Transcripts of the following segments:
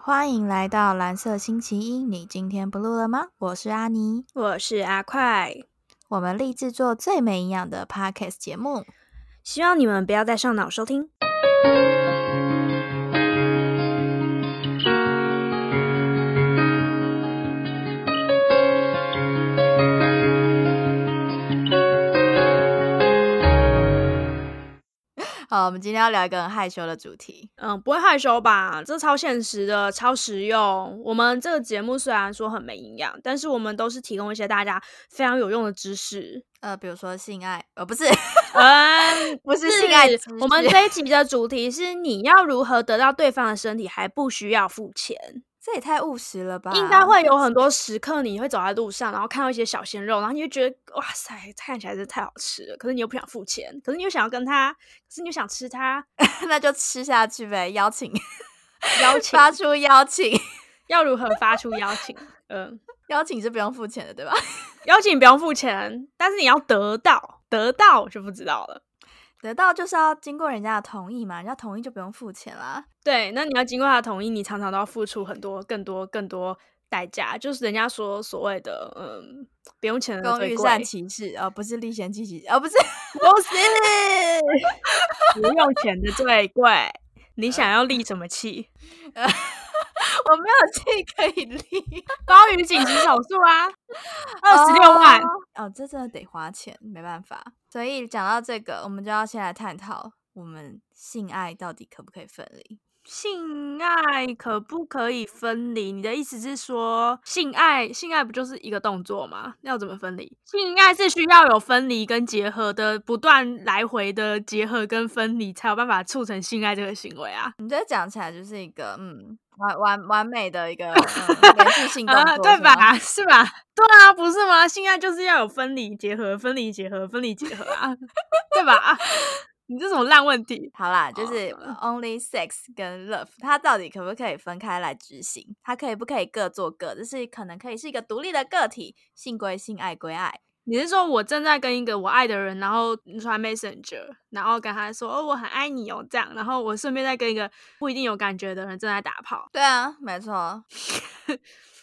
欢迎来到蓝色星期一，你今天不录了吗？我是阿妮，我是阿快，我们立志做最没营养的 podcast 节目。希望你们不要再上脑收听。好，我们今天要聊一个很害羞的主题。嗯，不会害羞吧？这超现实的，超实用。我们这个节目虽然说很没营养，但是我们都是提供一些大家非常有用的知 识。呃，比如说性爱，呃，不是， 嗯，不是性爱知识我们这一集的主题是你要如何得到对方的身体，还不需要付钱。这也太务实了吧？应该会有很多时刻，你会走在路上，然后看到一些小鲜肉，然后你就觉得哇塞，看起来真的太好吃了。可是你又不想付钱，可是你又想要跟他，可是你又想吃他， 那就吃下去呗。邀请， 邀请发出邀请，要如何发出邀请？嗯，邀请是不用付钱的，对吧？邀请不用付钱，但是你要得到，得到我就不知道了。得到就是要经过人家的同意嘛，人家同意就不用付钱啦。对，那你要经过他的同意，你常常都要付出很多、更多、更多代价，就是人家说所谓的嗯，不用钱的工最欲贵善其事，而、不是立贤其事，而、哦不是 不是，不用钱的最贵。你嗯想要立什么气？我没有气可以立。高于紧急手术啊，二十六万。哦，这真的得花钱，没办法。所以讲到这个，我们就要先来探讨我们性爱到底可不可以分离？性爱可不可以分离？你的意思是说，性爱性爱不就是一个动作吗？要怎么分离？性爱是需要有分离跟结合的，不断来回的结合跟分离，才有办法促成性爱这个行为啊。你这讲起来就是一个嗯，完完完美的一个、嗯、连续 性动作、啊，对是吗？吧？是吧？对啊，不是吗？性爱就是要有分离结合，分离结合，分离结合啊， 对吧？啊 你这种烂问题，好 啦，就好是 only sex 跟 love，它到底可不可以分开来执行？它可以不可以各做各？就是可能可以是一个独立的个体，性归性，爱归爱。你是说我正在跟一个我爱的人，然后传 messenger，然后跟他说哦我很爱你哦这样，然后我顺便再跟一个不一定有感觉的人正在打炮，对啊，没错，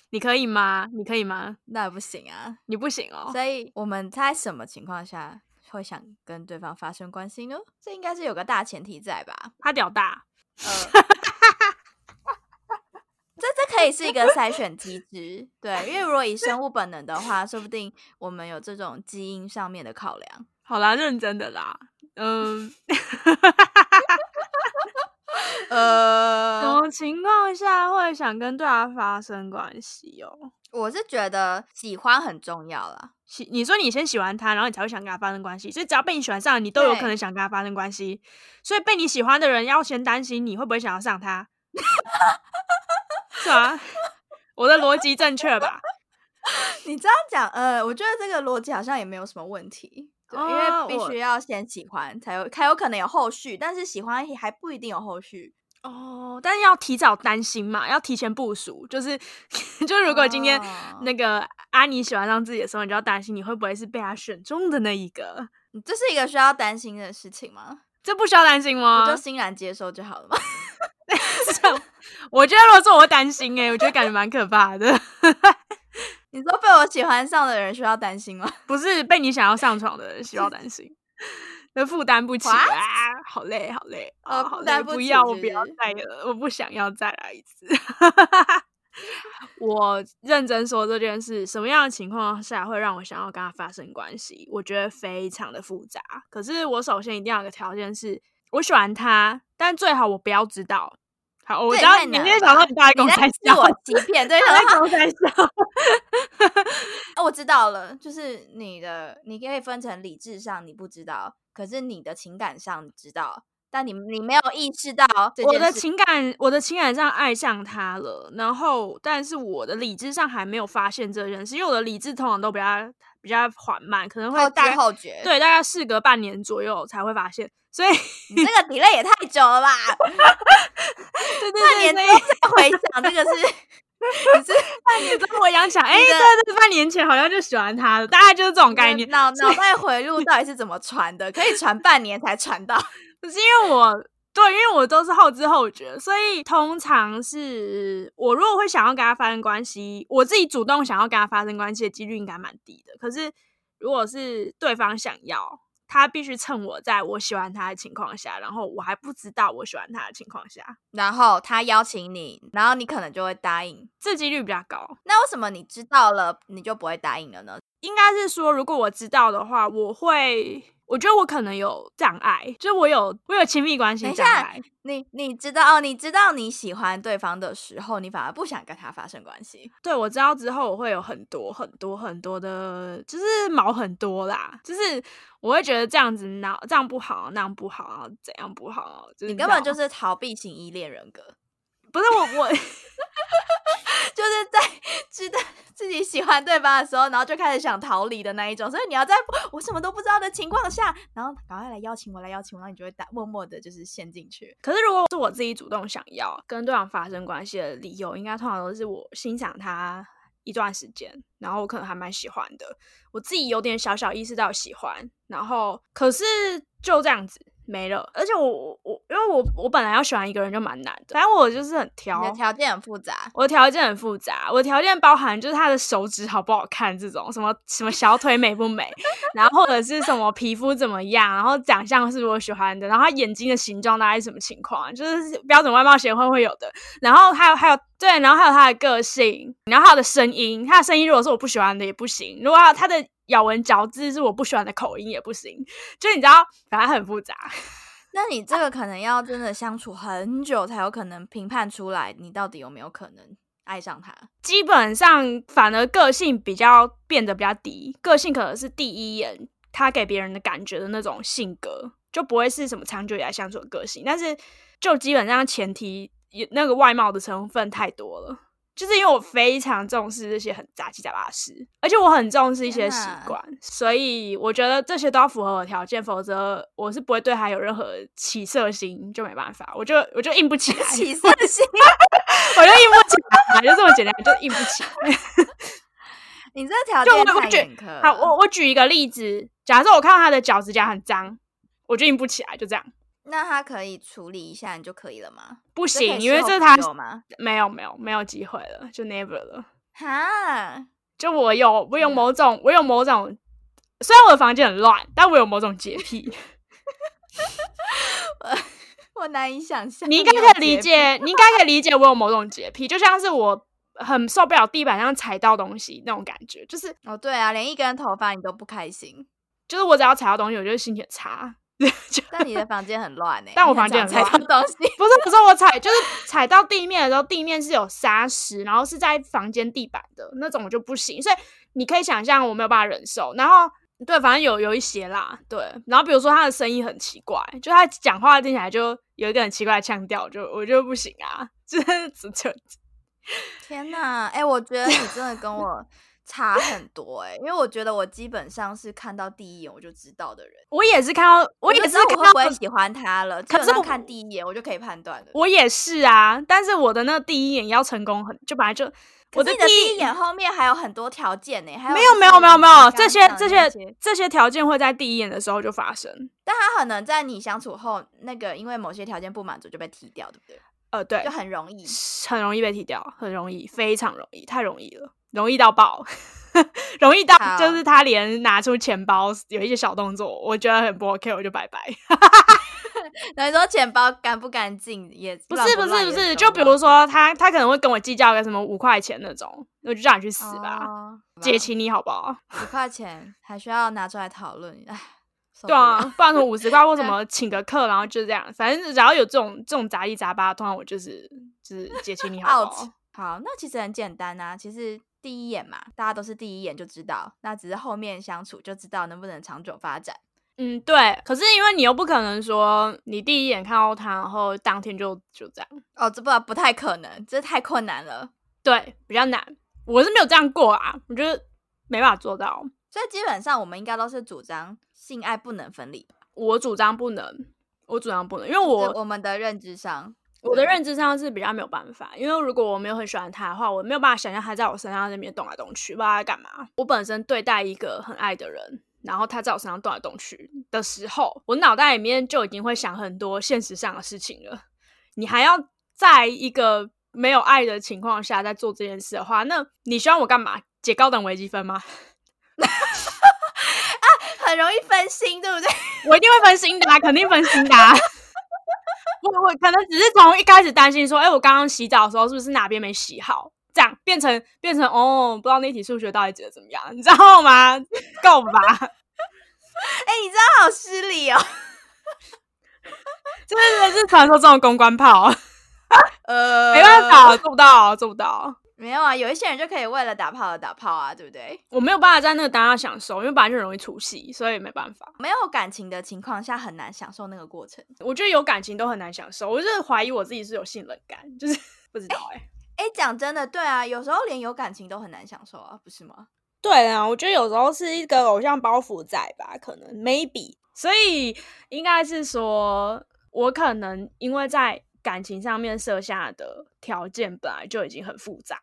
你可以吗？你可以吗？那也不行啊。你不行哦。所以我们在什么情况下会想跟对方发生关系呢？这应该是有个大前提在吧？他屌大， 呃这这可以是一个筛选机制，对，因为如果以生物本能的话，说不定我们有这种基因上面的考量。好啦，认真的啦，嗯，什 呃，么情况下会想跟对方发生关系哦？ 我是觉得喜欢很重要啦。喜，你说你先喜欢他，然后你才会想跟他发生关系，所以只要被你喜欢上了，你都有可对能想跟他发生关系。所以被你喜欢的人要先担心你会不会想要上他， 是吧？ 我的逻辑正确吧？你这样讲，呃，我觉得这个逻辑好像也没有什么问题。对，因哦为必我须要先喜欢，才有才有可能有后续，但是喜欢还不一定有后续。哦，但是要提早担心嘛，要提前部署，就是 就是如果今天哦那个阿尼喜欢上自己的时候，你就要担心你会不会是被他选中的那一个。这是一个需要担心的事情吗？这不需要担心吗？我就欣然接受就好了嘛。我觉得如果说我会担心哎、我觉得感觉蛮可怕的。 你说被我喜欢上的人需要担心吗？不是被你想要上床的人需要担心， 那负担不起 What？啊，好累，好累，哦啊，好负累，担不不起要，是我不不要是再了，我不想要再来一次。 我认真说这件事，什么样的情况下会让我想要跟他发生关系？我觉得非常的复杂。可是我首先一定要有个条件是，我喜欢他，但最好我不要知道。好，我这也知道太你难在了吧想说你大概你公在开自 我欺骗，对，想在说公开笑。啊，我知道了，就是你的，你可以分成理智上你不知道，可是你的情感上你知道，但你你没有意识到这我件的事。情感，我的情感上爱上他了，然后但是我的理智上还没有发现这件事，因为我的理智通常都比较比较缓慢，可能会后大知概哦后觉，，对大概事隔半年左右才会发现，所以 你这个 delay 也太久了吧？对对半对，年所之以后再回想，这 个是你是半年你知道我想想，哎、你的对对，半年前好像就喜欢他了，大概就是这种概念。脑所脑袋回路到底是怎么传的？可以传半年才传到，可是因为我对，因为我都是后知后觉，所以通常是我如果会想要跟他发生关系，我自己主动想要跟他发生关系的几率应该蛮低的。可是如果是对方想要，他必须趁我在我喜欢他的情况下，然后我还不知道我喜欢他的情况下，然后他邀请你，然后你可能就会答应。这几率比较高。那为什么你知道了你就不会答应了呢？应该是说，如果我知道的话，我会，我觉得我可能有障碍，就是我有我有亲密关系等一障下碍。你你知道哦，你知道你喜欢对方的时候，你反而不想跟他发生关系。对，我知道之后我会有很多很多很多的，就是毛很多啦，就是我会觉得这样子那这样不好，那样不好，然后怎样不好，就是你根本就是是逃避型依恋人格， 不是我 我就是在知道自己喜欢对方的时候，然后就开始想逃离的那一种。所以你要在我什么都不知道的情况下，然后赶快来邀请我，来邀请我，然后你就会打默默的就是陷进去。可是如果是我自己主动想要跟对方发生关系的理由，应该通常都是我欣赏他一段时间，然后我可能还蛮喜欢的，我自己有点小小意识到喜欢，然后可是就这样子没了。而且我我我因为我我本来要喜欢一个人就蛮难的，反正我就是很挑，你的条件很复杂， 我的条件很复杂，我的条件包含就是他的手指好不好看这种，什么什么小腿美不美， 然后或者是什么皮肤怎么样，然后长相是不是我喜欢的，然后他眼睛的形状大概是什么情况，就是标准外貌协会会有的。然后还有还有对，然后还有他的个性，然后他的声音，他的声音如果是我不喜欢的也不行，如果他的咬文嚼字是我不喜欢的口音也不行，就你知道，反正很复杂。那你这个可能要真的相处很久，才有可能评判出来你到底有没有可能爱上他。 基本上反而个性比较变得比较低，个性可能是第一眼他给别人的感觉的那种性格，就不会是什么长久以来相处的个性。但是就基本上前提也那个外貌的成分太多了。就是因为我非常重视这些很杂七杂八的事，而且我很重视一些天习哪惯，所以我觉得这些都要符合我的条件，否则我是不会对他有任何起色心，就没办法，我就我就硬不起来， 起色心，我就硬不起来，就这么简单，就硬不起来。你这个条就我件我太觉严苛了。好，我我举一个例子，假设我看到他的脚趾甲很脏，我就硬不起来，就这样，那他可以处理一下你就可以了吗？不这可以行，事因为后这是补他救吗？没有没有没有机会了，就 never 了。哈， 就我有我有嗯某种我有某种，虽然我的房间很乱，但我有某种洁 癖，我难以想象。你应该有可以理洁癖，解，你应该可以理解我有某种洁癖，就像是我很受不了地板上踩到东西那种感觉，就是哦，对啊，连一根头发你都不开 心，就是我只要踩到东西，我就心情很差。就但你的房间很乱呢、欸 但你我很房间常很踩到东 西，不是，不是我踩，就是踩到地面的时候，地面是有沙石，然后是在房间地板的那种，我就不行。所以你可以想象我没有办法忍受。然后对，反正有有一些啦，对。然后比如说他的声音很奇怪，就他讲话听起来就有一个很奇怪的腔调，就我就不行啊， 就是就就天哪！哎、我觉得你真的跟我差很多哎、因为我觉得我基本上是看到第一眼我就知道的人，我也是看到，我也就是知道看我会到不会喜欢他了。基可本是上我看第一眼我就可以判断了。我也是啊，但是我的那第一眼要成功很，就本来就我可是你的第第一眼后面还有很多条件呢、还没有有就没是有没有你没有刚这刚些讲的这那些这些条件会在第一眼的时候就发生。但他可能在你相处后，那个因为某些条件不满足就被踢掉，对不对？呃，对就，很容易。很容易被踢掉，很容易，非常容易，太容易了，容易到爆， 容易到好就是他连拿出钱包有一些小动作，我觉得很不 OK，我就拜拜。那你说钱包干不干净也不乱是不不乱是不也是，重就比要如说他他可能会跟我计较个什么五块钱那种，我就叫你去死吧，哦姐请你好不好？好吧五块钱还需要拿出来讨论，哎，受对不啊了，，不然什么五十 块或什对啊么请个客，然后就这样，反正只要有这种这种杂七杂八，通常我就是就是姐请你好不 ouch 好？好，那其实很简单啊，其实第一眼嘛，大家都是第一眼就知道，那只是后面相处就知道能不能长久发展。嗯，对。可是因为你又不可能说你第一眼看到他，然后当天就就这样，哦，这不不太可能，这太困难了。对，比较难。我是没有这样过啊，我觉得没办法做到。所以基本上我们应该都是主张性爱不能分离，我主张不能，我主张不能，因为我我我们的认知上， 我的对认知上是比较没有办法，因为如果我没有很喜欢他的话，我没有办法想象他在我身上那边动来动去，不知道在干嘛。我本身对待一个很爱的人，然后他在我身上动来动去，的时候，我脑袋里面就已经会想很多现实上的事情了。你还要在一个没有爱的情况下在做这件事的话，那你希望我干嘛？解高等微积分吗？很容易分心，对不 对？我一定会分心的、啊，肯定分心的、啊。我我可能只是从一开始担心说，哎、我刚刚洗澡的时候是不是哪边没洗好？这样变成变成哦，不知道那题数学到底解的怎么样，你知道吗？够吧？ 哎、你真的好失礼哦。真的是传说中的公关炮，呃没办，法，做不到，做不到。 没有啊，有一些人就可以为了打炮而打炮啊，对不对？我没有办法在那个当下享受，因为本来就容易出戏，所以没办法。没有感情的情况下很难享受那个过程。我觉得有感情都很难享受，我就是怀疑我自己是有性冷感，就是 不知道哎、哎，讲真的，对啊，有时候连有感情都很难享受啊，不是吗？对啊，我觉得有时候是一个偶像包袱在吧，可能 maybe，所以应该是说，我可能因为在感情上面设下的条件本来就已经很复杂，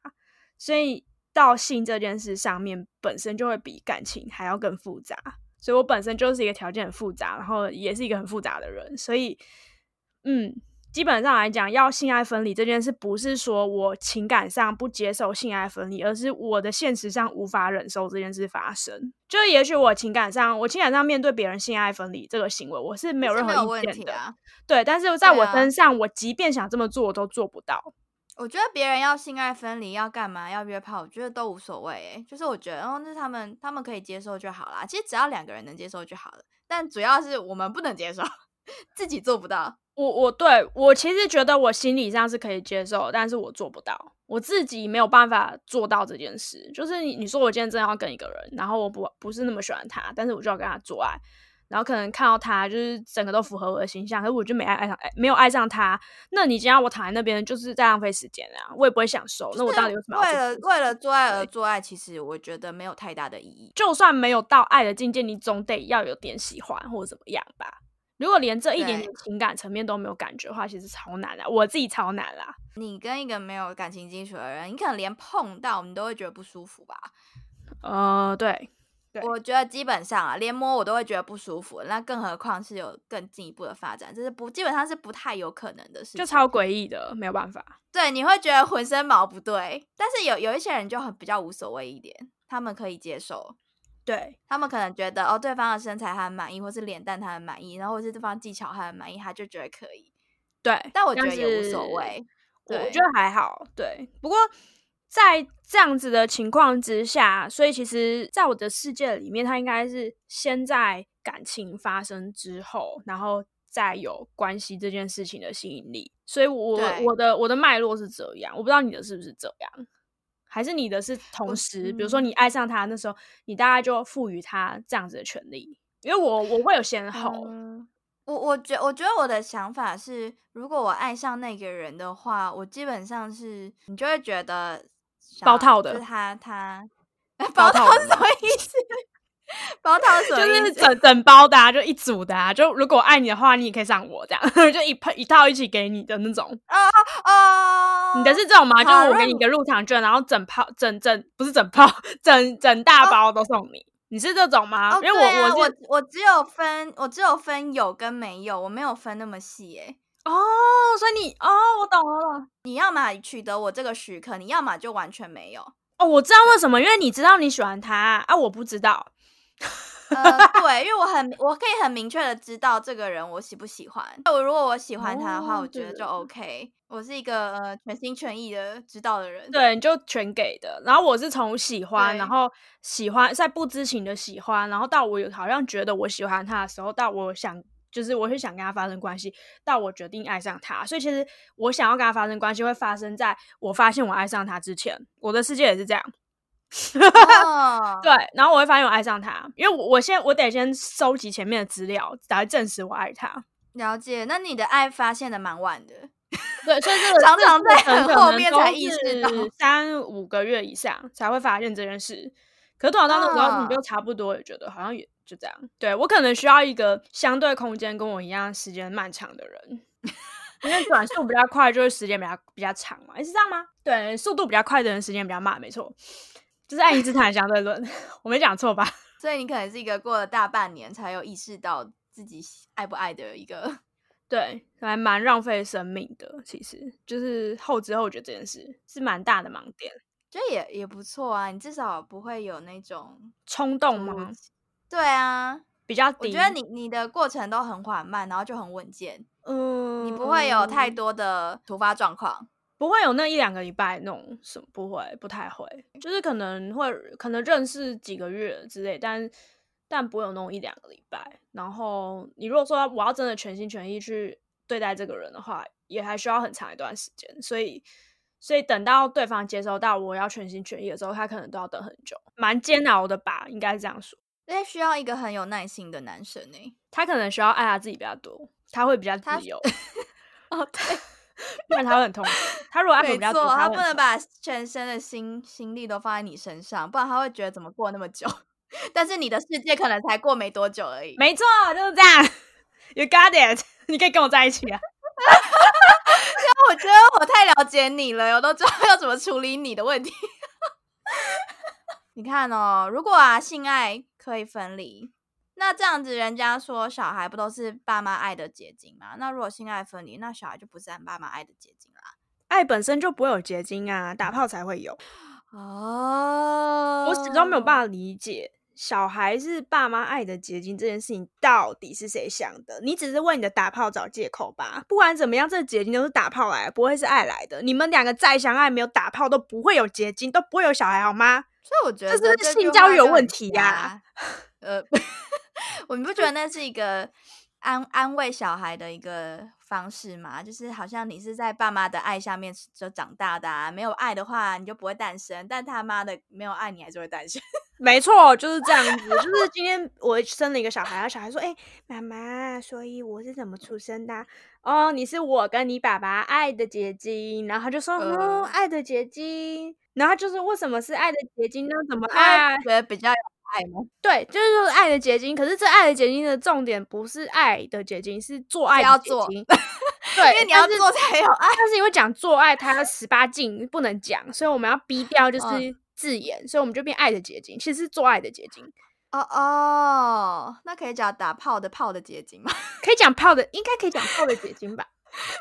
所以到性这件事上面本身就会比感情还要更复杂，所以我本身就是一个条件很复杂，然后也是一个很复杂的人，所以嗯，基本上来讲，要性爱分离这件事，不是说我情感上不接受性爱分离，而是我的现实上无法忍受这件事发生。就也许我情感上，我情感上面对别人性爱分离这个行为，我是没有是任何没有问意题见的。啊。对，但是在对我啊身上，我即便想这么做，我都做不到。我觉得别人要性爱分离，要干嘛，要约炮，我觉得都无所谓、欸。就是我觉得，哦，那他们他们可以接受就好啦。其实只要两个人能接受就好了，但主要是我们不能接受，自己做不到。我我对我其实觉得我心理上是可以接受，但是我做不到，我自己没有办法做到这件事。就是你你说我今天真的要跟一个人，然后我不不是那么喜欢他，但是我就要跟他做爱，然后可能看到他就是整个都符合我的形象，可是我就没爱爱上哎没有爱上他。那你今天要我躺在那边就是在浪费时间啊，我也不会享受。那我到底为什么要为做了这件事为了做爱而做爱，其实我觉得没有太大的意义。就算没有到爱的境界，你总得要有点喜欢或者怎么样吧。如果连这一点点情感层面都没有感觉的话，其实超难啦，我自己超难啦。你跟一个没有感情基础的人，你可能连碰到你都会觉得不舒服吧？呃，对，对我觉得基本上啊，连摸我都会觉得不舒服，那更何况是有更进一步的发展，这是不基本上是不太有可能的事情。就超诡异的，没有办法。对，你会觉得浑身毛不对。但是有有一些人就很比较无所谓一点，他们可以接受，对，他们可能觉得哦，对方的身材他很满意，或是脸蛋他很满意，然后或是对方技巧他很满意，他就觉得可以。对，但我觉得也无是所谓。我对觉得还好，对。不过在这样子的情况之下，所以其实在我的世界里面，它应该是先在感情发生之后，然后再有关系这件事情的吸引力。所以我对我的我的脉络是这样，我不知道你的是不是这样。还是你的是同我时，比如说嗯你爱上他那时候，你大概就赋予他这样子的权利，因为我我会有先后，啊嗯我我觉我觉得我的想法是，如果我爱上那个人的话，我基本上是你就会觉得想包要套的就是他他包包套套的是什么意思？ 包套是什么就意是思整整包的、啊，就一组的、啊，就如果我爱你的话，你也可以上我这样，就 一配一套一起给你的那种。哦，你的是这种吗？就好是我给让你一个入场券，然后整泡整整不是整泡，整整大哦包都送你。你是这种吗？哦，因为对啊我我是我只有分我只有分有跟没有，我没有分那么细诶、哦，所以你哦，我懂了我懂了。你要么取得我这个许可，你要么就完全没有。哦，我知道为什么，因为你知道你喜欢他啊，我不知道。 呃，对，因为我很我可以很明确的知道这个人我喜不喜欢。我如果我喜欢他的话，哦我觉对得就对对 OK。我是一个呃全心全意的知道的 人。对，你就全给的。然后我是从喜欢，然对后喜欢在不知情的喜欢，然后到我有好像觉得我喜欢他的时候，到我想就是我是想跟他发生关系，到我决定爱上他。所以其实我想要跟他发生关系，会发生在我发现我爱上他之前。我的世界也是这样。哦， 对，然后我会发现我爱上他，因为我我先我得先收集前面的资料，来证实我爱他。了解。那你的爱发现的蛮晚的，对，所以这个常这常个过在程很可后能面都才意识到是三五个月以上才会发现这件事。可是通常到那个时候，啊你就差不多也觉得好像也就这样。对我可能需要一个相对空间跟我一样时间漫长的人，因为转速比较快，就是时间比较比较长嘛，诶是这样吗？ 对，速度比较快的人时间比较慢，没错，就是爱因斯坦相对论，我没讲错吧？所以你可能是一个过了大半年才有意识到自己喜爱不爱的一个。 对，还蛮浪费生命的。其实就是后知后觉这件事是蛮大的盲点，觉得也也不错啊，你至少不会有那种冲动吗？对啊，比较我低。觉得你你的过程都很缓慢，然后就很稳健，嗯，你不会有太多的突发状况。不会有那一两个礼拜那种什么，不会，不太会，就是可能会可能认识几个月之类，但但不会有那种一两个礼拜。然后你如果说我要真的全心全意去对待这个人的话，也还需要很长一段时间，所以。所以等到对方接收到我要全心全意的时候，他可能都要等很久，蛮煎熬的吧，应该是这样说。那需要一个很有耐心的男生欸呢、他可能需要爱他自己比较多，他会比较他自由，哦，对，不然他会很痛苦。他如果爱我没比较错，多，他不会很能痛把全身的心心力都放在你身上，不然他会觉得怎么过那么久。 但是你的世界可能才过没多久而已。没错，就是这样。You got it，你 可以跟我在一起啊。我觉得我太了解你了，我都知道要怎么处理你的问题。 你看哦，如果啊性爱可以分离，那这样子人家说小孩不都是爸妈爱的结晶吗？那如果性爱分离，那小孩就不是按爸妈爱的结晶啦。 爱本身就不会有结晶啊，打炮才会有。哦我始终没有办法。法理解，小孩是爸妈爱的结晶这件事情到底是谁想的？你只是为你的打炮找借口吧？不管怎么样，这个结晶都是打炮来的，不会是爱来的。你们两个再相爱，没有打炮都不会有结晶，都不会有小孩，好吗？所以我觉得这是句性话教育有就问很题呀瞎。呃， 我们不觉得那是一个安安慰小孩的一个方式吗？就是好像你是在爸妈的爱下面就长大的、啊，没有爱的话你就不会诞生，但他妈的没有爱你还是会诞 生。没错，就是这样子。就是今天我生了一个小孩，然后小孩说：“哎、妈妈，所以我是怎么出生的啊、哦，你是我跟你爸爸爱的结晶。”然后他就说：“呃嗯，爱的结晶。”然后就是为什么是爱的结晶呢？怎么爱？觉得比较有爱吗？对，就是说爱的结晶。可是这爱的结晶的重点不是爱的结晶，是做爱是要的结做晶。对，因为你要但是做才有爱。 但是因为讲做爱，它要十八禁不能讲，所以我们要逼掉就嗯是字眼，所以我们就变爱的结晶，其实是做爱的结晶。哦哦，那可以讲打炮的炮的结晶吗？可以讲泡的，应该可以讲泡的结 晶吧？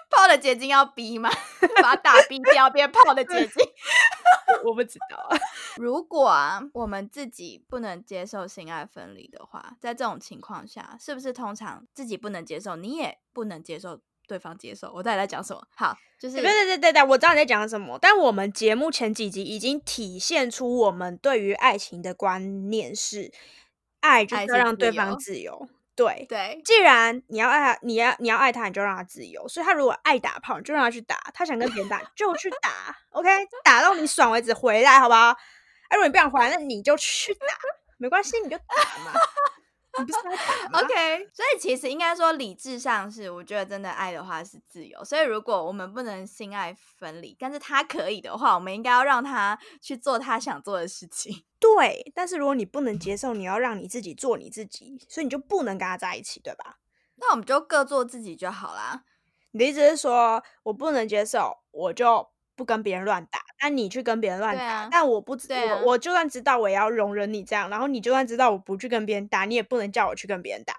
炮的结晶要逼吗？ 把它打逼掉变炮的结晶。 我不知道啊。 如果啊，我们自己不能接受性爱分离的话，在这种情况下，是不是通常自己不能接受，你也不能接受对方接受？我到底在讲什么？好，就是对对对对对，我知道你在讲什么。但我们节目前几集已经体现出我们对于爱情的观念是，爱就爱是是要让自对方由自由。对，对既然你要爱他，你要你要爱他，你就让他自由。所以他如果爱打炮，你就让他去打；他想跟别人打就去打，OK，打 到你爽为止，回来好不好？哎，如果你不想回来，那你就去打，没关系，你就打嘛。你不是要打 吗，OK。所以其实应该说，理智上是我觉得真的爱的话是自由。所以如果我们不能性爱分离，但是他可以的话，我们应该要让他去做他想做的事情。对，但是如果你不能接受，你要让你自己做你自己，所以你就不能跟他在一起，对吧？那我们就各做自己就好啦。你的意思是说，我不能接受，我就不跟别人乱打，但你去跟别人乱对打，啊但我不知、对啊我我就算知道，我也要容忍你这样，然后你就算知道我不去跟别人打，你也不能叫我去跟别人打。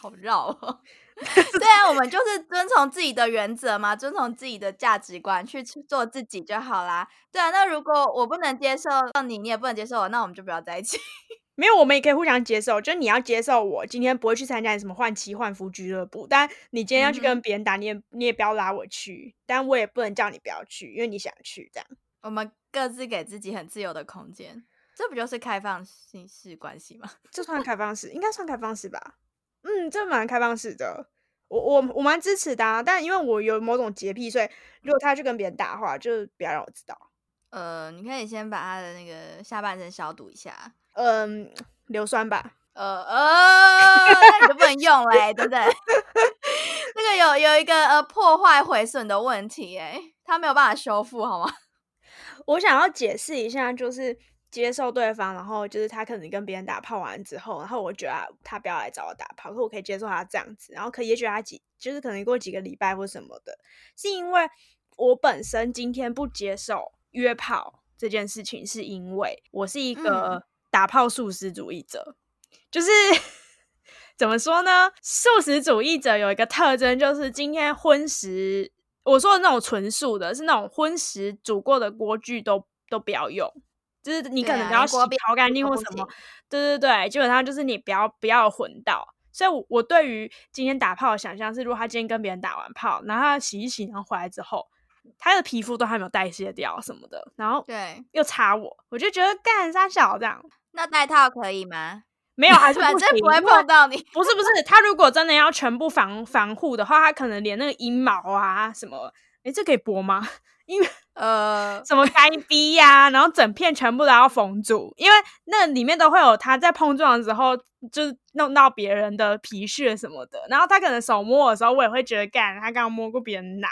好绕哦。 对啊，我们就是遵从自己的原则嘛，遵从自己的价值观去去做自己就好啦。对啊，那如果我不能接受到你，你也不能接受我，那我们就不要在一起。 没有，我们也可以互相接受，就你要接受我今天不会去参加你什么换妻换夫俱乐部，但你今天要去嗯跟别人打，你也你也不要拉我去，但我也不能叫你不要去，因为你想去这样。我们各自给自己很自由的空间，这不就是开放性式关系吗？这算开放式，应该算开放式吧？嗯，这蛮开放式的。我我我蛮支持的、啊，但因为我有某种洁癖，所以如果他去跟别人打的话，就不要让我知道。呃，你可以先把他的那个下半身消毒一下。啊嗯，硫酸吧，呃呃， 那你就不能用了、欸，对不对？ 这个有有一个呃破坏毁损的问题、欸，哎，它没有办法修复，好吗？ 我想要解释一下，就是接受对方，然后就是他可能跟别人打炮完之后，然后我觉得他他不要来找我打炮，可我可以接受他这样子，然后可也许他几就是可能过几个礼拜或什么的，是因为我本身今天不接受约炮这件事情，是因为我是一个。打炮素食主义者，就是 怎么说呢？素食主义者有一个特征，就是今天荤食，我说的那种纯素的，是那种荤食煮过的锅具都都不要用，就是你可对啊能都要连洗锅边好干净都或不什行么。对对对，基本上就是你不要不要有混到。所以我，我对于今天打炮的想象是，如果他今天跟别人打完炮，然后他洗一洗，然后回来之后，他的皮肤都还没有代谢掉什么的，然后对，又插我，我就觉得干三小这样，那戴套可以吗？没有 还是反不正行不会因为碰到你。不是不是，他如果真的要全部防防护的话，他可能连那个阴毛啊什么，诶，这可以播吗？ 呃，什么该逼呀、然后整片全部都要缝住，因为那里面都会有他在碰撞的时候，就是弄到别人的皮屑什么的。然后他可能手摸的时候，我也会觉得干，他刚刚摸过别人奶，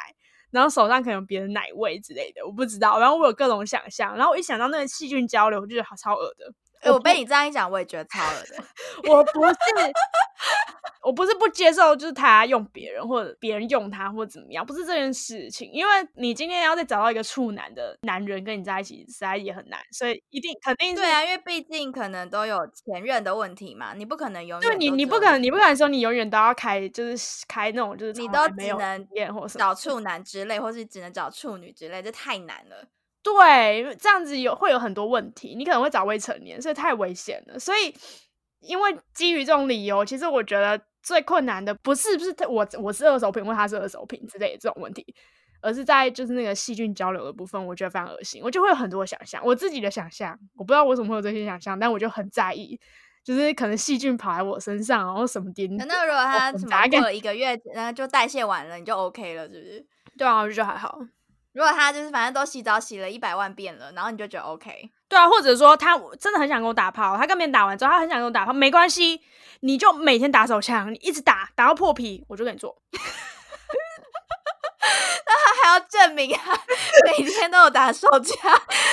然后手上可能有别人奶味之类的，我不知道。然后我有各种想象，然后我一想到那个细菌交流，我就觉得好超恶的。欸 我被你这样一讲，我也觉得超恶 的。我不是，我不是不接受，就是他用别人或者别人用他或者怎么样，不是这件事情。因为你今天要再找到一个处男的男人跟你在一起，实在也很难，所以一定肯定是对啊，因为毕竟可能都有前任的问题嘛，你不可能永远就你都你只不有 可能你不可能说你永远都要开就是开那种就是你从都来没只有能验或什么找处男之类，或是只能找处女之类，这太难了。对，这样子有会有很多问题，你可能会找未成年，所以太危险了。所以，因为基于这种理由，其实我觉得最困难的不是不是我我是二手品或他是二手品之类的这种问题，而是在就是那个细菌交流的部分，我觉得非常恶心，我就会有很多想象，我自己的想象，我不知道为什么会有这些想象，但我就很在意，就是可能细菌跑在我身上，然后什么点点，那如 果他混什杂么过感了一个月，然后就代谢完了，你就 OK 了，是不是？对啊，我就觉得还好。如果他就是反正都洗澡洗了一百万遍了，然后你就觉得 OK，对啊，或者说他真的很想跟我打炮，他跟别人打完之后，他很想跟我打炮，没关系，你就每天打手枪，你一直打，打到破皮，我就跟你做。他还要证明 他每天都有打手枪，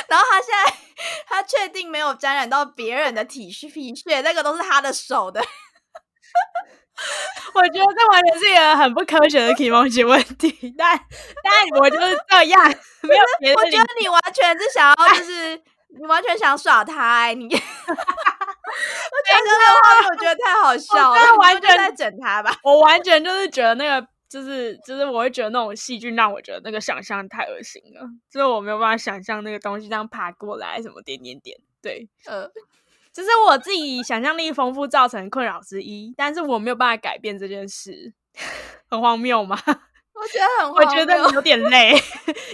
然后他现在他确定没有沾染到别人的体恤皮屑，那个都是他的手的。我觉得这完全是一个很不科学的 emoji 问题， 但但我就是这样，没有别我的理觉得你完全是想要就是。你完全想耍他哎、你 ！我觉得这个画面，我觉得太好笑了。真的你就完全在整他吧。我完全就是觉得那个。就是就是，我会觉得那种细菌让我觉得那个想象太恶心了，就是我没有办法想象那个东西这样爬过来，什么点点点，对，呃，这是我自己想象力丰富造成困扰之一，但是我没有办法改变这件事，很荒谬吗？ 我觉得很荒谬，我觉得你有点累，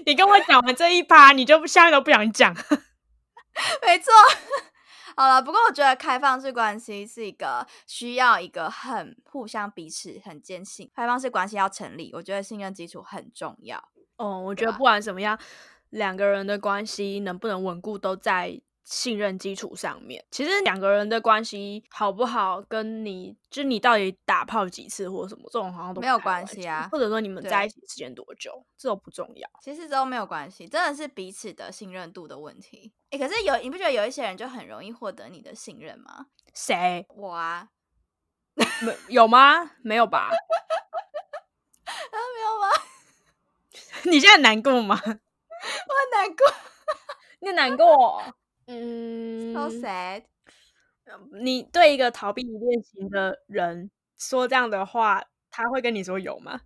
你跟我讲完这一趴，你就下面都不想讲。 没错。好了，不过我觉得开放式关系是一个需要一个很互相彼此很坚信，开放式关系要成立，我觉得信任基础很重要。 哦，我觉对得吧不管怎么样，两个人的关系能不能稳固，都在信任基础上面。其实两个人的关系好不好，跟你就是你到底打炮几次或什么，这种好像都没有不太关有系啊或者说你们对在一起时间多久，这都不重要。其实都没有关系，真的是彼此的信任度的问题。诶，可是有你不觉得有一些人就很容易获得你的信任吗？谁我啊，没有吗？没有吧？啊没有吗？ 你现在难过吗？我很难过你难 过？哦嗯，so sad。你对一个逃避依恋型的人说这样的话，他会跟你说有吗？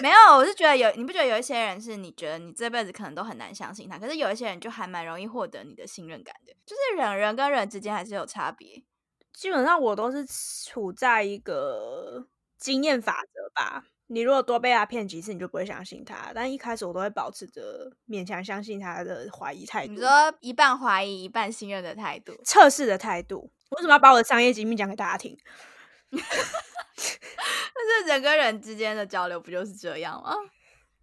没有，我是觉得有，你不觉得有一些人是你觉得你这辈子可能都很难相信他，可是有一些人就还蛮容易获得你的信任感的，就是人人跟人之间还是有差别。基本上我都是处在一个经验法则吧。你如果多被他骗几次，你就不会相信他。但一开始我都会保持着勉强相信他的怀疑态度你，说一半怀疑一半信任的态度， 测试的态度。为什么要把我的商业机密讲给大家听？但是人跟人之间的交流不就是这样吗？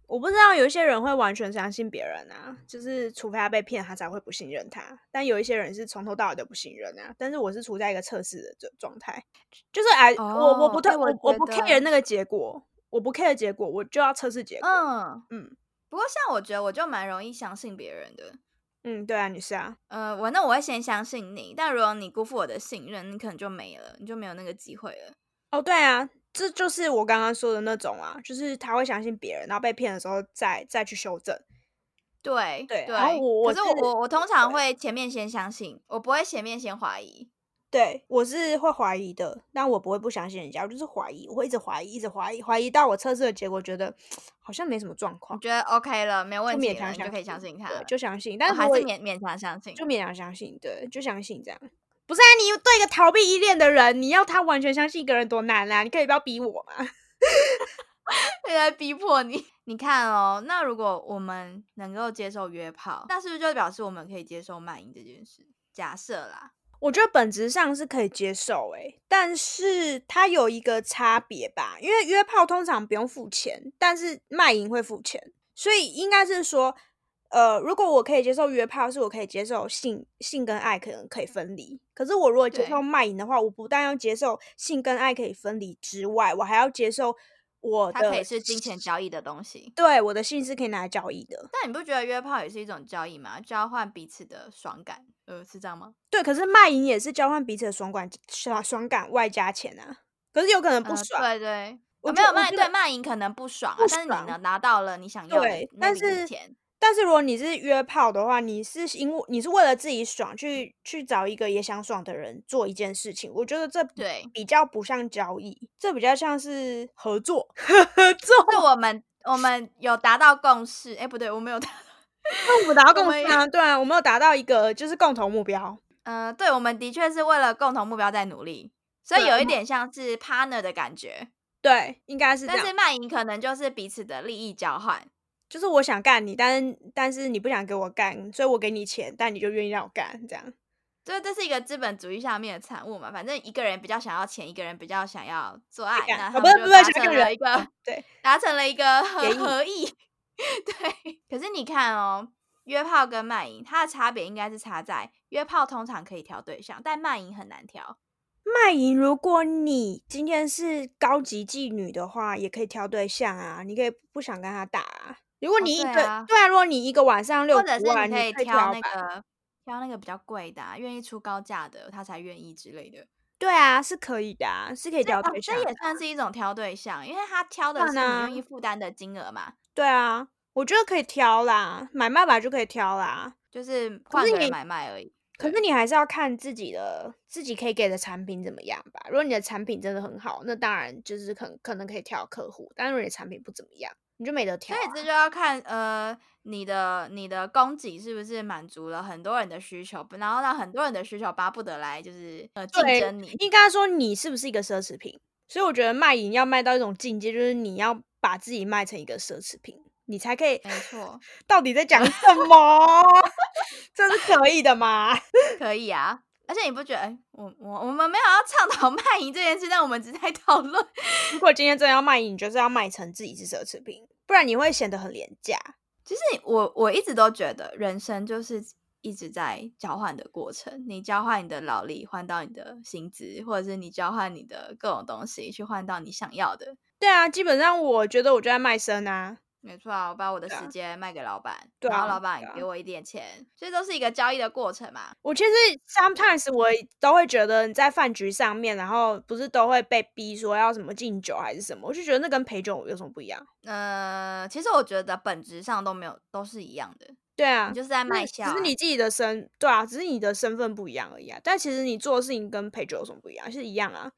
我不知道有一些人会完全相信别人啊，就是除非他被骗，他才会不信任他。但有一些人是从头到尾都不信任啊。但是我是处在一个测试的状状态，就是哎、我我不哦太哎我我我觉不得 care 那个结果，我不 care 结果，我就要测试结果。嗯嗯不过像我觉得我就蛮容易相信别人的，嗯，对啊，你是啊，呃，我那我会先相信你，但如果你辜负我的信任，你可能就没了，你就没有那个机会了。哦对啊，这就是我刚刚说的那种啊，就是他会相信别人，然后被骗的时候再再去修正。对对对然后我我可是我是我我通常对会前面先相信，我不会前面先怀疑。对，我是会怀疑的，但我不会不相信人家，我就是怀疑，我会一直怀疑，一直怀疑，怀疑到我测试的结果觉得好像没什么状你况，觉得 OK 了，没问就题勉了，强你就可以相信信哦他对了。就相信，我但如还果是勉勉强相信。就勉强相信，对，就相信这样。不是啊，你对一个逃避依恋的人，你要他完全相信一个人多难啊！你可以不要逼我嘛。会来逼迫你。 你看哦，那如果我们能够接受约炮，那是不是就表示我们可以接受卖淫这件事？假设啦，我觉得本质上是可以接受诶、但是它有一个差别吧，因为约炮通常不用付钱，但是卖淫会付钱，所以应该是说，呃，如果我可以接受约炮，是我可以接受性性跟爱可能可以分离，可是我如果接对受卖淫的话，我不但要接受性跟爱可以分离之外，我还要接受我它的可以是金钱交易的东西。对我的性是可以拿来交易的。但你不觉得约炮也是一种交易吗？交换彼此的爽感，呃，是这样吗？对，可是卖淫也是交换彼此的爽感，爽爽感外加钱啊。可是有可能不呃爽，对对，我呃觉没有我卖，觉对得卖淫可能不爽、啊，不但是你呢爽拿到了你想要的对那但笔金是钱，但是如果你是约炮的话，你是因为你是为了自己爽去去找一个也想爽的人做一件事情，我觉得这比对比较不像交易，这比较像是合 作合作。是我们我们有达到共识，哎，不对，我们有达 那我们达到我共们识啊，对啊，我们有达到一个就是共同目标。呃，对，我们的确是为了共同目标在努力，所以对有我一们点像是 partner 的感觉。对，应该是这但样。是卖淫可能就是彼此的利益交换，就是我想干你，但是但是你不想给我干，所以我给你钱，但你就愿意让我干，这样。所以这是一个资本主义下面的产物嘛。反正一个人比较想要钱，一个人比较想要做爱，感那哦他不们是就不是达想要成了一个人哦一个对，达成了一个合协议合意。 对，可是你看哦，约炮跟卖淫它的差别应该是差在约炮通常可以挑对象，但卖淫很难挑。卖淫，如果你今天是高级妓女的话，也可以挑对象啊，你可以不想跟他打啊。如果哦你一个、对啊对啊，如果你一个晚上六啊或者十是万，你可以以挑那吧个挑那个比较贵的、啊，愿意出高价的，他才愿意之类的。对啊，是可以的、啊，是可以这挑哦对象这的啊、也算是一种挑对象，因为他挑的算是你啊愿意负担的金额嘛，对啊，我觉得可以挑啦，买卖吧就可以挑啦。就是可换是个人你买卖而已。可是你还是要看自己的自己可以给的产品怎么样吧。如果你的产品真的很好，那当然就是可可能可以挑客户，但是如果你的产品不怎么样，你就没得挑所啊、以这就要看呃你的你的供给是不是满足了很多人的需求，然后让很多人的需求巴不得来就是呃竞对争你。应该说你是不是一个奢侈品？所以我觉得卖淫要卖到一种境界，就是你要把自己卖成一个奢侈品，你才可以。没错，到底在讲什么？ 这是可以的吗？ 可以啊。而且你不觉得，哎我我我们没有要倡导 卖淫这件事，但我们只是在讨论如果今天真的要卖淫，你就是要卖成自己是奢侈品，不然你会显得很廉价。其实我我一直都觉得，人生就是一直在交换的过程。你交换你的劳力，换到你的薪资，或者是你交换你的各种东西，去换到你想要的。对啊，基本上我觉得我就在卖身啊。没错啊，我把我的对时啊间卖给老板，对然后啊老板对啊给我一点钱，所以都是一个交易的过程嘛。我其实 sometimes 我都会觉得你在饭局上面，然后不是都会被逼说要什么敬酒还是什么，我就觉得那跟陪酒有什么不一样？呃，其实我觉得本质上都没有，都是一样的，对啊，你就是在卖笑、啊。只是你自己的身，对啊，只是你的身份不一样而已啊。但其实你做的事情跟陪酒有什么不一样？是一样啊，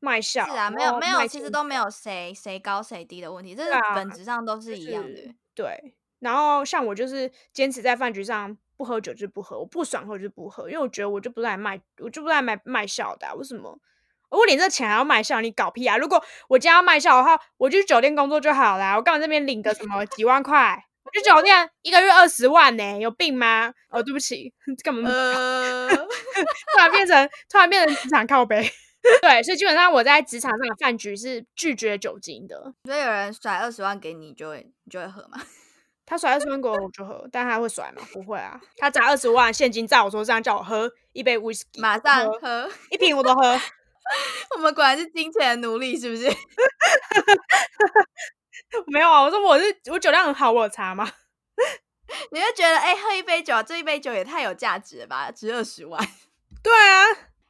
卖笑是啊，没然有后没有，卖其实身都没有谁谁高谁低的问题，这是对啊本质上都是就一样的。是对。然后像我就是坚持在饭局上不喝酒就不喝，我不爽喝就不喝，因为我觉得我就不是来卖，我就不是来卖卖笑的、啊，为什么？我领这钱还要卖笑，你搞屁啊！如果我今天要卖笑的话，我去酒店工作就好啦，我干嘛这边领个什么几万块？我去酒店一个月二十万呢、有病吗？哦，对不起， 干嘛那 么呃。突然变成突然变成职场靠背。 对，所以基本上我在职场上的饭局是拒绝酒精的。所以有人甩二十万给你，你就会你就会喝嘛？他甩二十万给我，我就喝，但他会甩吗？不会啊，他砸二十万现金在我桌上，叫我喝一杯 whisky，马我上喝喝。 一瓶我都喝。 我们果然是金钱的奴隶，是不 是？没有啊，我说我是我酒量很好，我有查吗？ 你会觉得，哎、喝一杯酒，这一杯酒也太有价值了吧，值二十万。对啊，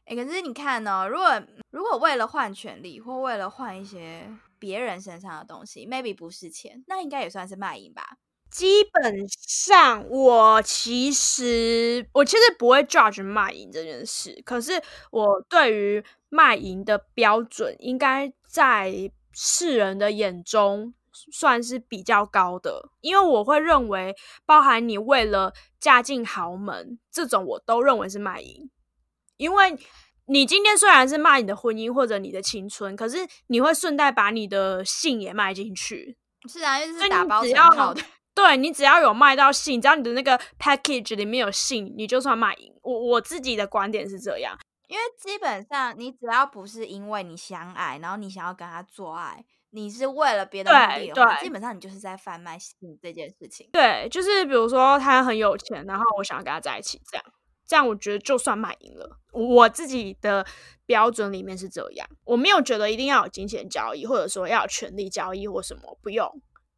哎、可是你看哦，如果如果为了换权利，或为了换一些别人身上的东西，maybe 不是钱，那应该也算是卖淫吧？基本上，我其实我其实不会 judge 卖淫这件事，可是我对于卖淫的标准，应该在世人的眼中算是比较高的，因为我会认为，包含你为了嫁进豪门这种，我都认为是卖淫，因为。你今天虽然是卖你的婚姻或者你的青春，可是你会顺带把你的性也卖进去，是啊，因为这所是以打你包只成要套的。 对你只要有卖到信，只要你的那个 package 里面有信，你就算卖淫。我我自己的观点是这样，因为基本上你只要不是因为你相爱，然后你想要跟他做爱，你是为了别的目对的的话，对基本上你就是在贩卖性这件事情。对，就是比如说他很有钱，然后我想要跟他在一起，这样这样我觉得就算卖淫了。我自己的标准里面是这样，我没有觉得一定要有金钱交易，或者说要有权力交易或什么，不用。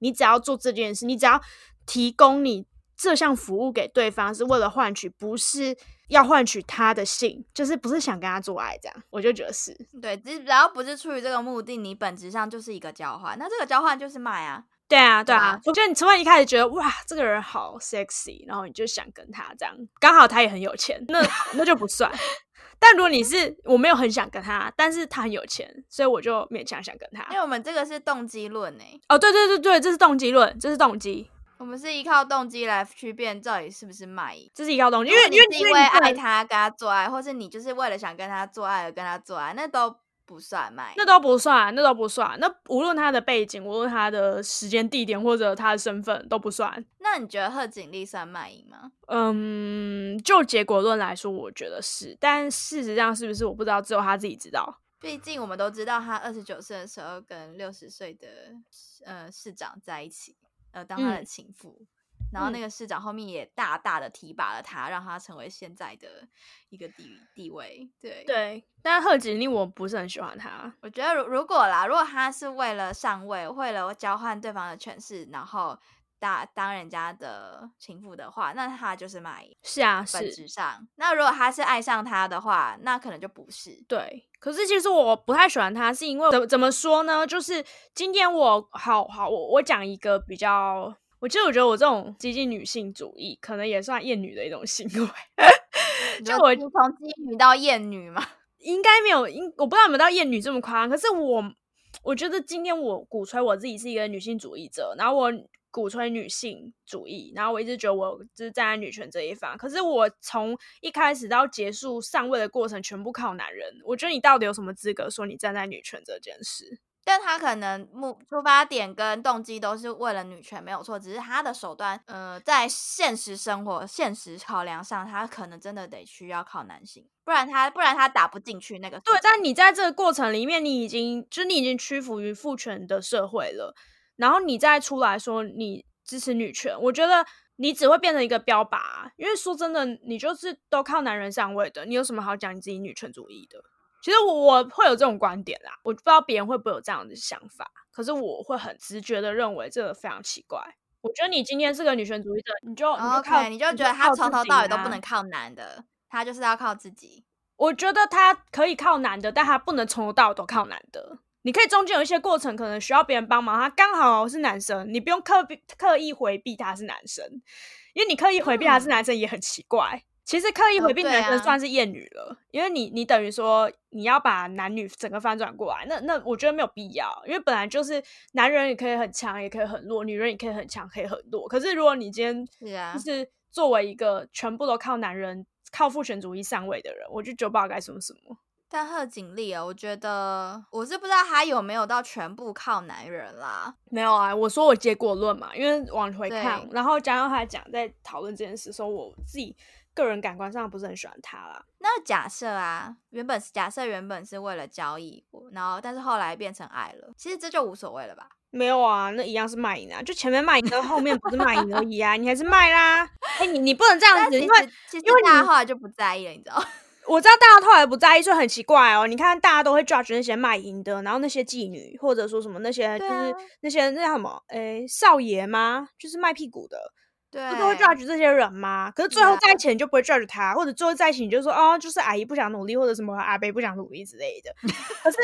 你只要做这件事，你只要提供你这项服务给对方，是为了换取，不是要换取他的性，就是不是想跟他做爱这样，我就觉得是。对，只只要不是出于这个目的，你本质上就是一个交换。那这个交换就是卖啊，对啊，对对啊吧，我觉得你除非一开始觉得哇，这个人好 sexy，然后你就想跟他这样，刚好他也很有钱，那那就不算。 但如果你是我没有很想跟他，但是他很有钱，所以我就勉强想跟他因。为我们这个是动机论诶、哦，对对对对，这是动机论，这是动机，我们是依靠动机来区辨到底是不是卖淫。这是一个动机，因如为果你因为是因因为为你不爱能，他跟他做爱，或是你就是为了想跟他做爱而跟他做爱，那都不算卖。那都不算，那都不算。那无论他的背景，无论他的时间、地点或者他的身份都不算。那你觉得贺锦丽算卖淫吗？嗯，就结果论来说，我觉得是，但事实上是不是我不知道，只有他自己知道。毕竟我们都知道，他二十九岁的时候跟六十岁的呃市长在一起，呃，当他的嗯情妇。然后那嗯个市长后面也大大的提拔了他，让他成为现在的一个地地位。对，对，但贺锦丽我不是很喜欢她。我觉得如如果啦，如果他是为了上位，为了交换对方的权势，然后当当人家的情妇的话，那他就是卖淫。是啊，本是，质上，那如果他是爱上他的话，那可能就不是。对。可是其实我不太喜欢她，是因为怎怎么说呢？就是今天我好好，我我讲一个比较，我其实我觉得我这种激进女性主义，可能也算厌女的一种行为。 你就说我是从妓女到厌女嘛，应该没有，应我不知道有没有到厌女这么夸张。可是我，我觉得今天我鼓吹我自己是一个女性主义者，然后我鼓吹女性主义，然后我一直觉得我就是站在女权这一方。可是我从一开始到结束上位的过程，全部靠男人。我觉得你到底有什么资格说你站在女权这件事？但他可能目出发点跟动机都是为了女权，没有错，只是他的手段，呃，在现实生活、现实考量上，他可能真的得需要靠男性，不然他不然他打不进去那个市场。对，但你在这个过程里面，你已经就是你已经屈服于父权的社会了，然后你再出来说你支持女权，我觉得你只会变成一个标靶啊、因为说真的，你就是都靠男人上位的，你有什么好讲你自己女权主义的？其实我我会有这种观点啦，我不知道别人会不会有这样的想法，可是我会很直觉的认为这个非常奇怪。我觉得你今天是个女权主义者，你就你就哦靠 OK，你就觉得靠他自从头己到尾都不啊能靠男的，他就是要靠自己。我觉得他可以靠男的，但他不能从头到尾都靠男的。你可以中间有一些过程可能需要别人帮忙，他刚好是男生，你不用刻意刻意回避他是男生，因为你刻意回避他是男生也很奇怪。其实刻意嗯哦回避对男生啊算是厌女了，因为你你等于说你要把男女整个翻转过来，那那我觉得没有必要，因为本来就是男人也可以很强，也可以很弱，女人也可以很强，可以很弱。可是如果你今天是啊就，是作为一个全部都靠男人、靠父权主义上位的人，我就觉得不知道该说什么。但贺锦丽啊，我觉得我是不知道他有没有到全部靠男人啦。没有啊，我说我结果论嘛，因为往回看，对然后加上他讲在讨论这件事的时候，我自己个人感官上不是很喜欢他啦。那假设啊，原本是假设原本是为了交易，然后但是后来变成爱了，其实这就无所谓了吧？没有啊，那一样是卖淫啊，就前面卖淫跟后面不是卖淫而已啊，你还是卖啦。哎、你你不能这样但子，其因实为其实因为大家你后来就不在意了，你知道吗？ 我知道大家后来不在意，所以很奇怪哦。你看，大家都会 judge 那些卖淫的，然后那些妓女，或者说什么那些对就是、啊那些那叫什么，诶、少爷吗？就是卖屁股的，对，不都会 judge 这些人吗？可是最对后啊在一起你就不会 judge 他，或者最后在一起你就说哦，就是阿姨不想努力，或者什么阿伯不想努力之类 的。可是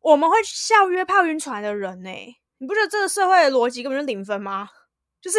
我们会欸笑约炮晕船的人呢、你不觉得这个社会的逻辑根本就零分吗？就是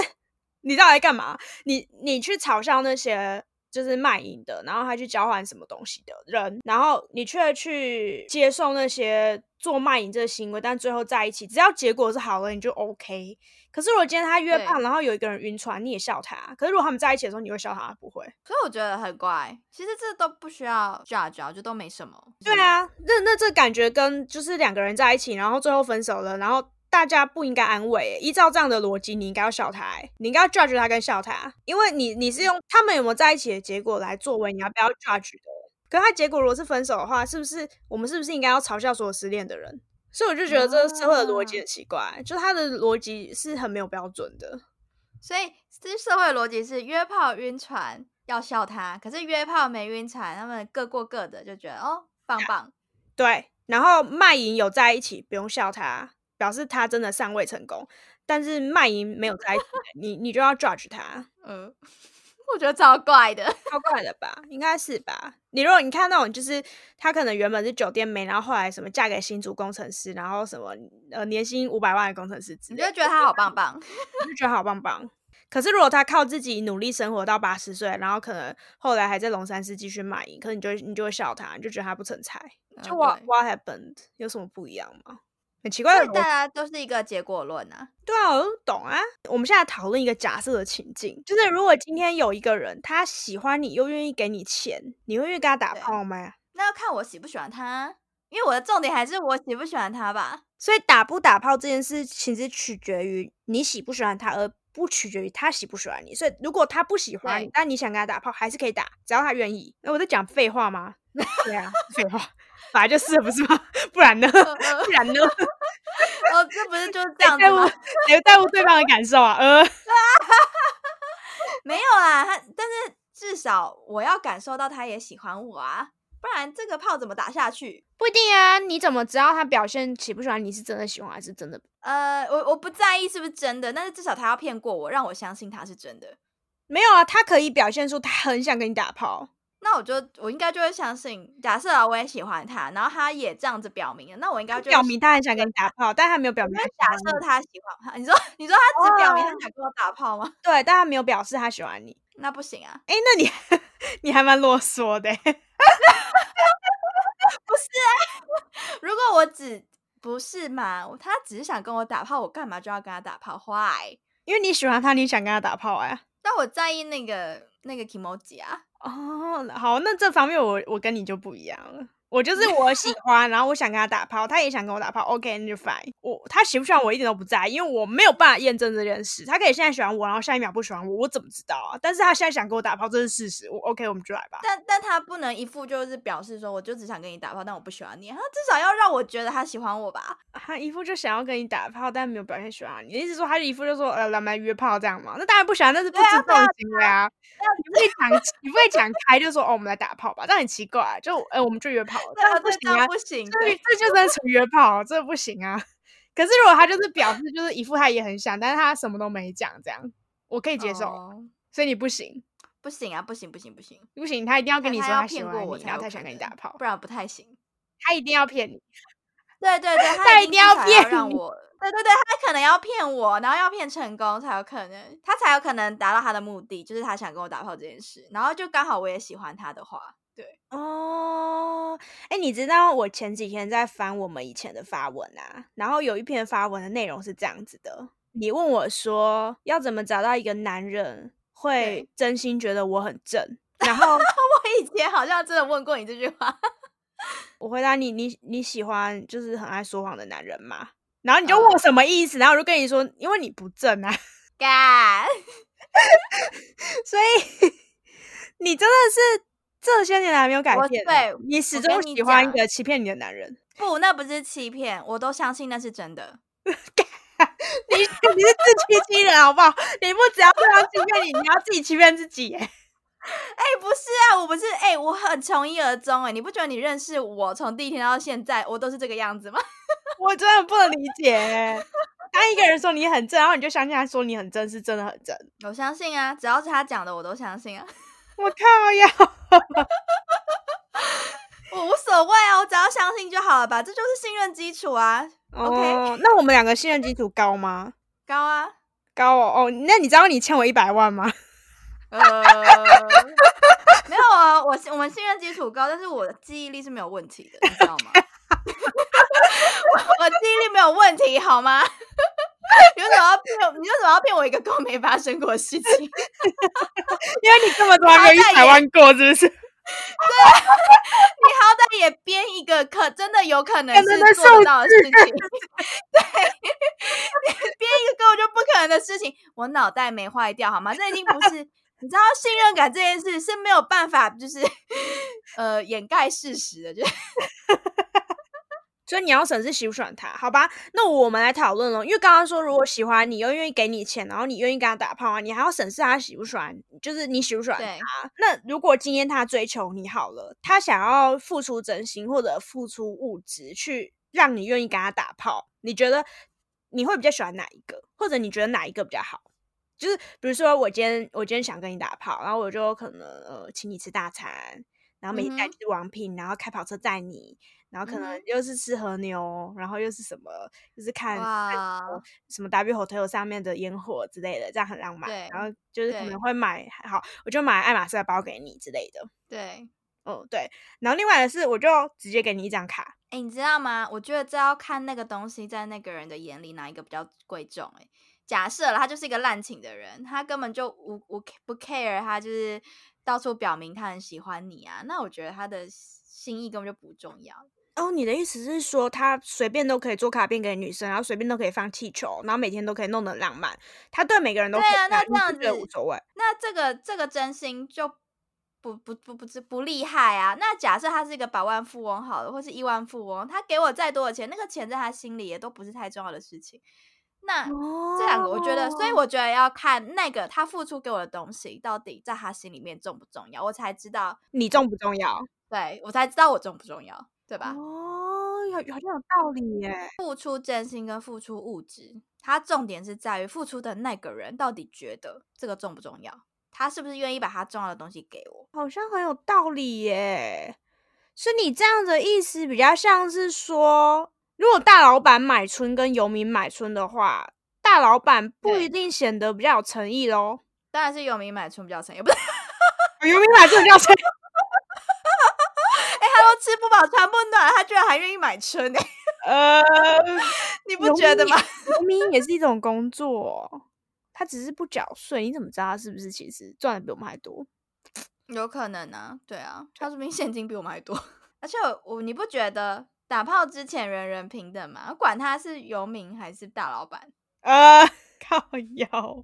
你到底在干嘛？你你去嘲笑那些就是卖淫的，然后他去交换什么东西的人，然后你却去接受那些做卖淫这个行为，但最后在一起，只要结果是好的，你就 OK。可是如果今天他约对炮，然后有一个人晕船，你也笑他。可是如果他们在一起的时候，你会笑他，不会。所以我觉得很怪。其实这都不需要 judge，啊就都没什么。对，啊，那那这感觉跟就是两个人在一起，然后最后分手了，然后大家不应该安慰、欸依照这样的逻辑，你应该要笑他、欸，你应该要 judge 他跟笑他，因为你你是用他们有没有在一起的结果来作为你要不要 judge 的。可是他结果如果是分手的话，是不是我们是不是应该要嘲笑所有失恋的人？所以我就觉得这个社会的逻辑很奇怪，就他的逻辑是很没有标准的。所以这社会逻辑是约炮晕船要笑他，可是约炮没晕船，他们各过各的，就觉得哦棒棒。对，然后卖淫有在一起，不用笑他，表示他真的尚未成功。但是卖淫没有在一起的，你你就要 judge 他，嗯， 我觉得超怪 的。超怪的吧？应该是吧？你如果你看那种，就是他可能原本是酒店妹，然后后来什么嫁给新竹工程师，然后什么呃年薪五百万的工程师之你类就的，觉得他好棒棒，你就觉得好棒棒。可是如果他靠自己努力生活到八十岁，然后可能后来还在龙山寺继续卖淫，可是你就会你就会笑他，你就觉得他不成才。 就嗯 what 对 what happened 有什么不一样吗？很奇怪所的以逻大家都是一个结果论啊。对啊，我都懂啊。我们现在讨论一个假设的情境，就是如果今天有一个人他喜欢你，又愿意给你钱，你会愿意跟他打对炮吗？那要看我喜不喜欢他，啊因为我的重点还是我喜不喜欢他吧。所以打不打炮这件事情是取决于你喜不喜欢他，而不取决于他喜不喜欢你。所以如果他不喜欢你对，但你想跟他打炮，还是可以打，只要他愿意。那我在讲废话吗？ 对啊，废话，嗯本来就是了不是吗？ 不然呢？呃 不呃然呢？哦，这不是就是这样子在乎吗？谁在乎对方的感受啊？呃，没有啦，他但是至少我要感受到他也喜欢我啊，不然这个炮怎么打下去？不一定啊。你怎么知道他表现喜不喜欢你是真的喜欢还是真的呃，我我不在意是不是真的，但是至少他要骗过我，让我相信他是真的，没有啊，他可以表现出他很想跟你打炮。那我就我应该就会相信。假设啊，我也喜欢他，然后他也这样子表明了，那我应该就会表明他很想跟你打炮，但他没有表明他因为喜假欢你。哦设他喜欢他， 你说你说他只表明他想跟我打炮吗？ 对，但他没有表示他喜欢你。 那不行啊，哎，那你你还蛮啰嗦的欸。 如果我只不是嘛，我他只是想跟我打炮，我干嘛就要跟他打炮？坏，因为你喜欢他，你想跟他打炮啊。但我在意那个那个 emoji 啊，哦，好，那这方面我我跟你就不一样了。我 就是我喜欢，然后我想跟他打炮，他也想跟我打炮，OK，那就 fine。我他喜不喜欢我一点都不在意，因为我没有办法验证这件事。他可以现在喜欢我，然后下一秒不喜欢我，我怎么知道啊？但是他现在想跟我打炮，这是事实。我 OK，我们就来吧。但但他不能一副就是表示说我就只想跟你打炮，但我不喜欢你，他至少要让我觉得他喜欢我吧。他一副就想要跟你打炮，但没有表现喜欢你。你意思说他一副就说呃，咱们来约炮这样嘛？那当然不喜欢，那是不对啊尊重对啊的行为啊。你不会讲， 你不会讲开，就说哦，我们来打炮吧，这样很奇怪。就呃，我们就约炮，这啊，样不对，这行样啊，不行。这对这就真的纯约炮，这不行啊。可是如果他就是表示就是一副他也很想，但是他什么都没讲，这样我可以接受，哦所以你不行，不行啊，不行不行不行，不行，他一定要跟看你说哎他要喜骗过欢我你，才然有后他可想跟你能打炮，不然不太行。他一定要骗你，对 对对，他他一定定要至少骗让你我。对对对，他可能要骗我，然后要骗成功才有可能，他才有可能达到他的目的，就是他想跟我打炮这件事。然后就刚好我也喜欢他的话， 对，哦，哎，你知道我前几天在翻我们以前的发文啊，然后有一篇发文的内容是这样子的：你问我说要怎么找到一个男人会真心觉得我很正，然后我以前好像真的问过你这句话， 我回答你，你你喜欢就是很爱说谎的男人吗？然后你就嗯问我什么意思，然后我就跟你说，因为你不正啊， 干，所以你真的是这些年来没有改我变欸，对你始我跟终你喜欢一讲个欺骗你的男人。不，那不是欺骗，我都相信那是真的。你你是自欺欺人好不好？你不只要对方欺骗你，你要自己欺骗自己耶。 哎、 不是啊，我不是哎、我很从一而终哎、你不觉得你认识我从第一天到现在，我都是这个样子吗？我真的不能理解耶。当一个人说你很正，然后你就相信他说你很正，是真的很正。 我相信啊，只要是他讲的，我都相信啊。我靠呀！ 我无所谓啊，我只要相信就好了吧，这就是信任基础啊，OK 哦那我们两个信任基础高吗？高啊，高哦哦，那你知道你欠我一百万吗？ 呃， 没有啊，我信我们信任基础高，但是我的记忆力是没有问题的，你知道吗？ 我我记忆力没有问题，好吗？ 你为什么要骗？你为什么要骗我一个根本没发生过的事情？因为你根本都还没有一百万过，是不是？你好歹也编一个可真的有可能可是能的做数得到的事情，对， 编一个根本就不可能的事情，我脑袋没坏掉好吗？这已经不是你知道信任感这件事是没有办法就是呃掩盖事实的，就是所以你要审视喜不喜欢他，好吧？那我们来讨论咯，因为刚刚说，如果喜欢你又愿意给你钱，然后你愿意跟他打炮啊，你还要审视他喜不喜欢，就是你喜不喜欢对他。那如果今天他追求你好了，他想要付出真心或者付出物质去让你愿意跟他打炮，你觉得你会比较喜欢哪一个，或者你觉得哪一个比较好？就是比如说，我今天我今天想跟你打炮，然后我就可能呃请你吃大餐，然后每天带嗯你吃王品，然后开跑车载你，然后可能嗯又是吃和牛，然后又是什么，就是看看什么哇什么 W Hotel 上面的烟火之类的，这样很浪漫。对然后呃就是可对能会买，好，我就买爱马仕的包给你之类的。对。嗯，对。然后另外的是，我就直接给你一张卡，哎、你知道吗？我觉得这要看那个东西在那个人的眼里哪一个比较贵重、欸。假设了他就是一个滥情的人，他根本就无无不 care，他就是到处表明他很喜欢你啊。那我觉得他的心意根本就不重要。哦，你的意思是说，他随便都可以做卡片给女生，然后随便都可以放气球，然后每天都可以弄得很浪漫，他对每个人都对可以啊那啊你这不样觉得无子所谓。那这个这个真心就不不不不不不厉害啊。那假设他是一个百万富翁好了，或是亿万富翁，他给我再多的钱，那个钱在他心里也都不是太重要的事情。那呃这两个我觉得，所以哦我觉得要看那个他付出给我的东西到底在他心里面重不重要，我才知道，你重不重要？对我才知道我重不重要，对吧？哦，有好像有道理耶。付出真心跟付出物质，它重点是在于付出的那个人到底觉得这个重不重要，他是不是愿意把他重要的东西给我？好像很有道理耶。是你这样的意思，比较像是说，如果大老板买春跟游民买春的话，大老板不对一定显得比较有诚意喽。当然是有名买春比较诚，也不是， 哦游民买春比较诚意，哎、他都吃不饱穿不暖，他居然还愿意买春、 欸，呃，你游不觉得民吗？也？游民也是一种工作哦，他只是不缴税，你怎么知道他是不是其实赚的比我们还多？有可能啊，对啊，他说不定现金比我们还多。 而且我我你不觉得打炮之前人人平等吗？管他是游民还是大老板，呃， 靠腰。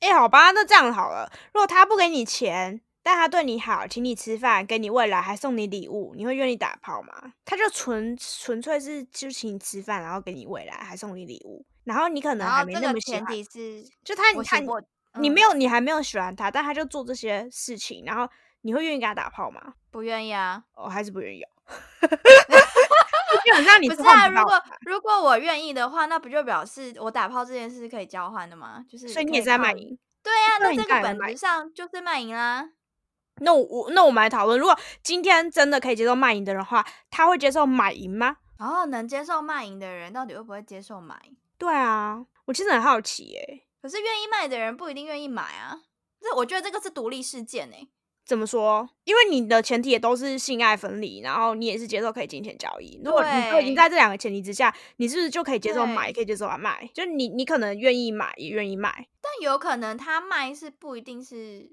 哎、好吧，那这样好了，如果他不给你钱，但他对你好，请你吃饭，给你未来，还送你礼物，你会愿意打炮吗？他就纯纯粹是就请你吃饭，然后给你未来，还送你礼物，然后你可能然还后没这那个么喜前欢，提是就他我他喜我你嗯没有你还没有喜欢他，但他就做这些事情，然后你会愿意给他打炮吗？不愿意啊。我、还是 不愿意哦。 就很让你不是碰啊，不如到果他如果我愿意的话，那不就表示我打炮这件事是可以交换的吗？就是所以你可也以是在靠卖你淫。对啊，那那你这当个然在本卖质上就是卖淫啦。那我那我们来讨论，如果今天真的可以接受卖淫的人的话，他会接受买淫吗？然后哦能接受卖淫的人，到底会不会接受买？对啊，我其实很好奇诶、可是愿意卖的人不一定愿意买啊。这我觉得这个是独立事件呢、欸怎么说？因为你的前提也都是性爱分离，然后你也是接受可以金钱交易。如果你都已对经在这两个前提之下，你是不是就可以接受买，也对可以接受卖？就你你可能愿意买，也愿意卖。但有可能他卖是不一定是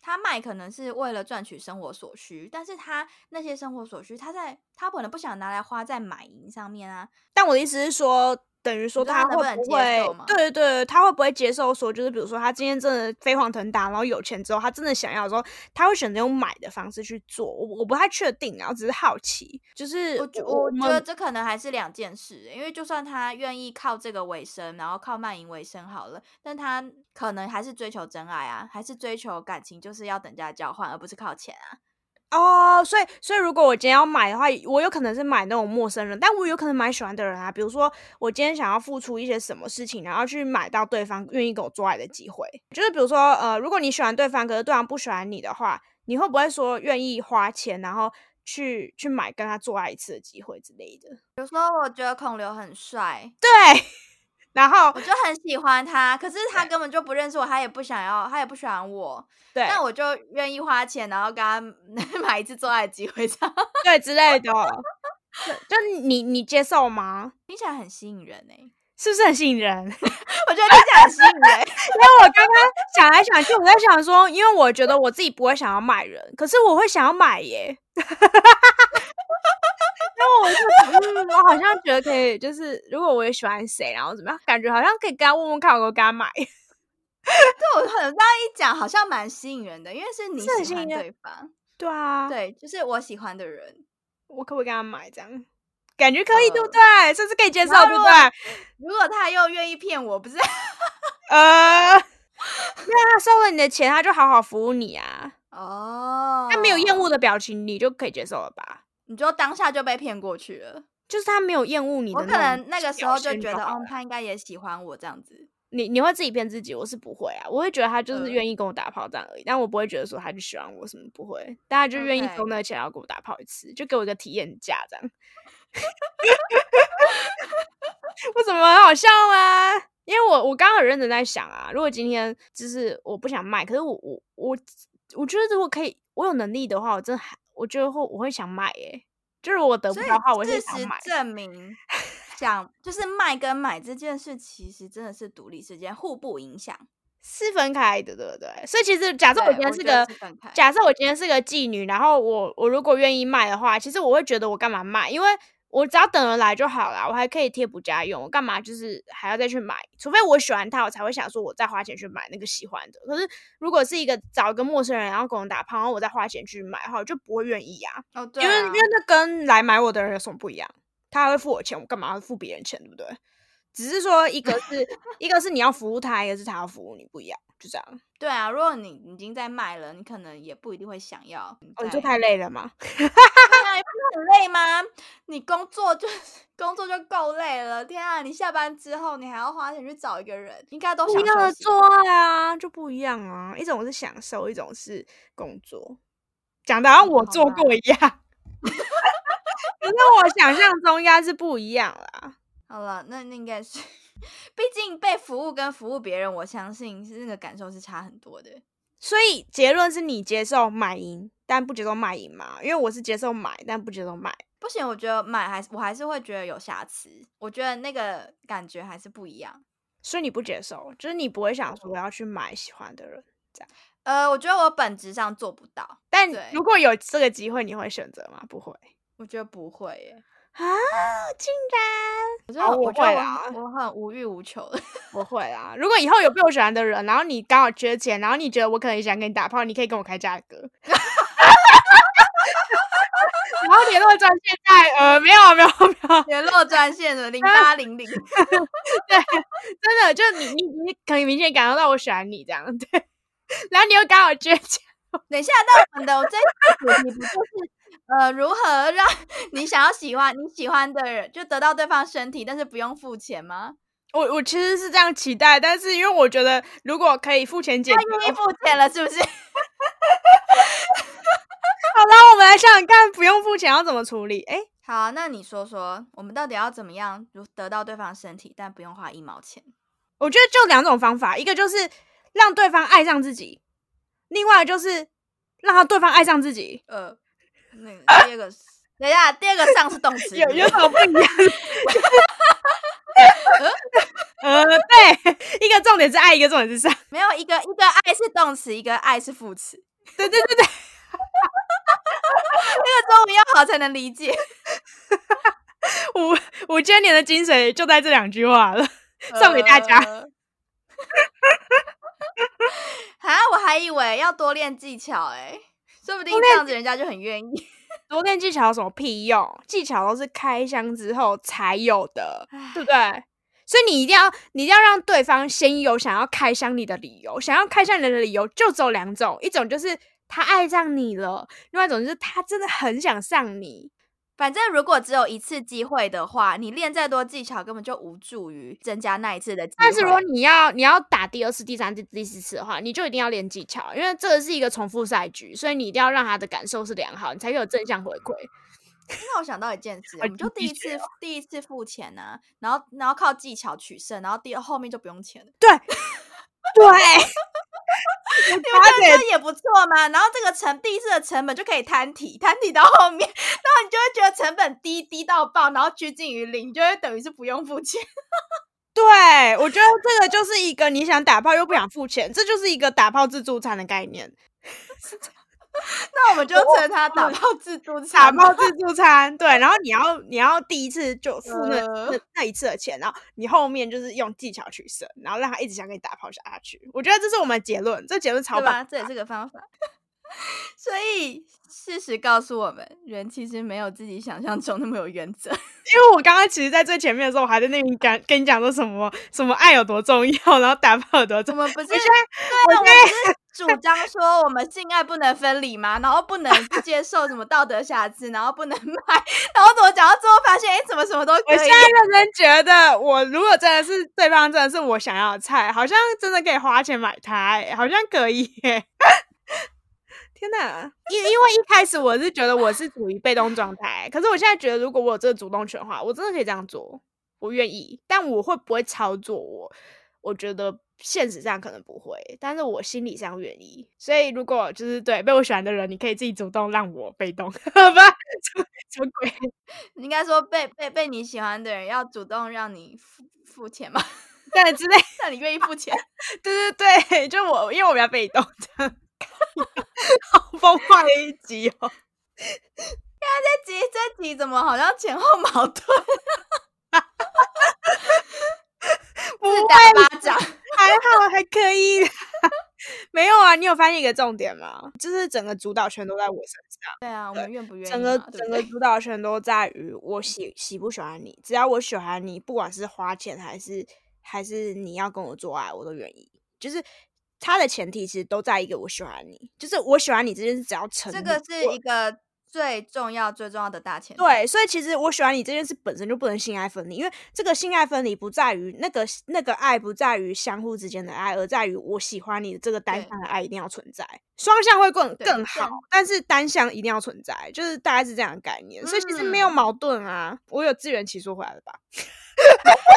他卖，可能是为了赚取生活所需，但是他那些生活所需，他在他可能不想拿来花在买淫上面啊。但我的意思是说，等于说你说他他能不会能不接会受吗？对对对，他会不会接受说，就是比如说他今天真的飞黄腾达，然后有钱之后，他真的想要的时候，他会选择用买的方式去做。我我不太确定啊，然后只是好奇，就是我觉我我觉们得这可能还是两件事欸，因为就算他愿意靠这个为生，然后靠卖淫为生好了，但他可能还是追求真爱啊，还是追求感情，就是要等价交换，而不是靠钱啊。哦，所以所以如果我今天要买的话，我有可能是买那种陌生人，但我有可能买喜欢的人啊。比如说，我今天想要付出一些什么事情，然后去买到对方愿意给我做爱的机会。就是比如说，呃，如果你喜欢对方，可是对方不喜欢你的话，你会不会说愿意花钱，然后去去买跟他做爱一次的机会之类的？比如说，我觉得孔刘很帅，对，然后我就很喜欢他，可是他根本就不认识我，他也不想要，他也不喜欢我，对但我就愿意花钱，然后跟他 买一次做爱的机会，这样对之类 的，对就你你接受吗？听起来很吸引人哎、是不是很吸引人？ 我觉得听起来很吸引人。 因为我刚刚想来想去，我在想说，因为我觉得我自己不会想要买人，可是我会想要买耶。 然后我就想嗯，我好像觉得可以，就是如果我也喜欢谁，然后怎么样，感觉好像可以跟他问问看，我跟他买。对我很这样一讲，好像蛮吸引人的，因为是你是很喜吸欢引人 对方，对啊，，对，就是我喜欢的人。我可不可以跟他买这样？感觉可以，对不嗯对？甚至可以接受，然后对如不果对？如果他又愿意骗我，不 是？呃，因为他收了你的钱，他就好好服务你啊。哦，他没有厌恶，的表情，你就可以接受了吧？你就当下就被骗过去了。就是他没有厌恶你的我种可表现好了，能那个时候就觉得，哦，他应该也喜欢我这样子。你你会自己骗自己，我是不会啊，我会觉得他就是嗯愿意跟我打炮这样而已，但我不会觉得说他就喜欢我什么，不会，但他就愿意 OK 收那个钱要跟我打炮一次，就给我一个体验价这样。 为什么很好笑吗？因为我我刚刚很认真在想啊，如果今天就是我不想卖，可是我我我我觉得如果可以，我有能力的话，我真的还我觉得会我会想卖诶、就是我得不所到的话，我以会事想实买。证 明，想就是卖跟买这件事，其实真的是独立事件，互不影响。是分开的，对不对？所以其实假设我对今天我是觉得个是分开假设我今天是个妓女，然后我我如果愿意卖的话，其实我会觉得我干嘛卖？因为我只要等人来就好啦，我还可以贴补家用，我干嘛就是还要再去买？除非我喜欢它，我才会想说我再花钱去买那个喜欢的。可是如果是一个找一个陌生人，然后跟我打炮，然后我再花钱去买的话，我就不会愿意啊，哦，对因为啊、因为那跟来买我的人有什么不一样？他还会付我钱，我干嘛要付别人钱，对不对？只是说一个是一个是你要服务他，一个是他要服务你，不一样，就这样。对啊，如果你已经在卖了，你可能也不一定会想要再。哦，你就太累了嘛？对啊，你不是很累吗？你工作就 工作就够累了，天啊！你下班之后你还要花钱去找一个人，应该都不想一样休的息做吧爱啊，就不一样啊。一种是享受，一种是工作，讲的哦好像我好做吧过一样。 可是我想象中应该是不一样啦。好了，那那应该是，毕竟被服务跟服务别人，我相信是那个感受是差很多的。所以结论是你接受买淫，但不接受卖淫嘛？因为我是接受买，但不接受卖。不行，我觉得买还是我还是会觉得有瑕疵，我觉得那个感觉还是不一样。所以你不接受，就是你不会想说我要去买喜欢的人。呃，我觉得我本质上做不到，但对如果有这个机会，你会选择吗？不会我觉得不会耶。啊，竟然。我觉得啊很我我觉得我会啦很我很无欲无求的。我会啊，如果以后有被我喜欢的人，然后你刚好缺钱，然后你觉得我可能想跟你打炮，你可以跟我开价格。 然后联络专线在呃没有没有没有，联络专线的零八零 零，真的就你你你可以明显感受到我喜欢你这样对， 然后你又刚好缺钱， 等一下到我们的这一集主题不就是呃如何让 你想要喜欢你喜欢的人就得到对方身体，但是不用付钱吗？我我其实是这样期待，但是因为我觉得如果可以付钱解决他，愿意付钱了是不是？好了，我们来想想看不用付钱要怎么处理。哎， 好，那你说说我们到底要怎么样如得到对方身体，但不用花一毛钱？我觉得就两种方法，一个就是让对方爱上自己，另外就是让他对方爱上自己。呃，那个第二个是，等一下第二个上是动词，有啊对不有对什么不一样？ 呃，对，一个重点是爱，一个重点是上。没有一个一个爱是动词，一个爱是副词。对 对对这对，个中文要好才能理解。五五千年的精髓就在这两句话了， 送给大家。呃啊，我还以为要多练技巧哎、说不定这样子人家就很愿意。 多练技巧有什么屁用？技巧都是开箱之后才有的，对不对？所以你一定要，你一定要让对方先有想要开箱你的理由。想要开箱你的理由就只有两种，一种就是他爱上你了，另外一种就是他真的很想上你。反正如果只有一次机会的话，你练再多技巧根本就无助于增加那一次的机会。但是如果你要你要打第二次、第三次、第四次的话，你就一定要练技巧，因为这个是一个重复赛局，所以你一定要让他的感受是良好，你才会有正向回馈。让我想到一件哦事，我啊们就你第一继续次第一次付钱啊，然后然后靠技巧取胜，然后第二后面就不用钱了。对，你们觉得这也不错嘛？然后这个成第一次的成本就可以摊提，摊提到后面，然后你就会觉得成本低低到爆，然后趋近于零，你就会等于是不用付钱。 对，我觉得这个就是一个你想打炮又不想付钱，这就是一个打炮自助餐的概念。那我们就称它打炮自助打餐吧。包自助餐，对，然后你要你要第一次就付那、那呃那一次的钱，然后你后面就是用技巧取胜，然后让他一直想跟你打炮下去。我觉得这是我们的结论，这结论超对吧？棒。这也是个方法。 所以事实告诉我们，人其实没有自己想象中那么有原则。 因为我刚刚其实在最前面的时候，我还在那边讲跟你讲说什么什么爱有多重要，然后打炮有多我重要。们不是我对现在啊，我们不是主张说我们性爱不能分离吗？然后不能接受什么道德瑕疵，然后不能卖， 然后怎么讲到最后发现，哎，怎么什么都可我现以？在认真觉得，我如果真的是对方真的是我想要的菜，好像真的可以花钱买它、欸，好像可以、欸。 天哪！因因为一开始我是觉得我是处于被动状态，可是我现在觉得，如果我有这个主动权的话，我真的可以这样做，我愿意。但我会不会操作我？我觉得现实上可能不会，但是我心理上愿意。所以如果就是对被我喜欢的人，你可以自己主动让我被动，不， 什么什么鬼？应该说被被被你喜欢的人要主动让你付付钱 嘛，对之类让你愿意付钱。对对对，就我，因为我比较被动，这样 好崩坏的一集哦。这集这集怎么好像前后矛盾？不自会，打巴掌，还好，还可以 啦。没有啊，你有发现一个重点吗？就是整个主导权都在我身上， 对啊，我们愿不愿意嘛？整个对不整对嗯个主导权都在于我喜喜不喜欢你。只要我喜欢你，不管是花钱还是还是你要跟我做爱，我都愿意。就是它的前提其实都在一个我喜欢你，就是我喜欢你这件事只要成立，这个是我一个最重要最重要的大前提。对，所以其实我喜欢你这件事本身就不能性爱分离，因为这个性爱分离不在于那个那个爱不在于相互之间的爱，而在于我喜欢你的这个单对向的爱一定要存在，双向会更对更这好样，但是单向一定要存在，就是大概是这样的概念，所以其实没有嗯矛盾啊。我有自圆其说回来了吧？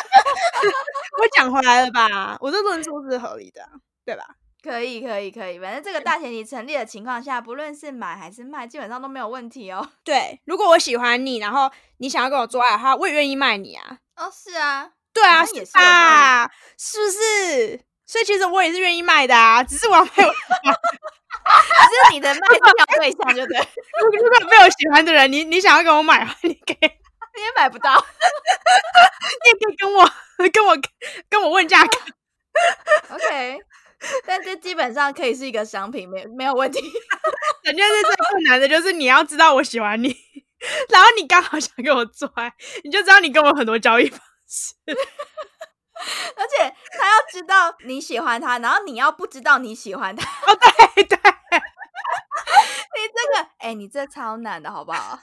我讲回来了吧？我这论述是合理的啊，对吧？可以，可以，可以，反正这个大前提成立的情况下，不论是买还是卖，基本上都没有问题哦。对，如果我喜欢你，然后你想要跟我做爱的话，我也愿意卖你啊。哦，是啊，对啊，像也是有道理吧？是不是？所以其实我也是愿意卖的啊，只是我要没 有，只是你的卖是挑对象，就对，你如果如果没有喜欢的人，你你想要跟我买的话，你可以，你也买不到。也可以跟我跟我跟我问价格。 OK，但这基本上可以是一个商品，没没有问题。整件事最困难的就是你要知道我喜欢你， 然后你刚好想跟我做爱，你就知道你跟我很多交易方式。而且他要知道你喜欢他，然后你要不知道你喜欢他，哦，对 对，你这个，哎、你这超难的好不好？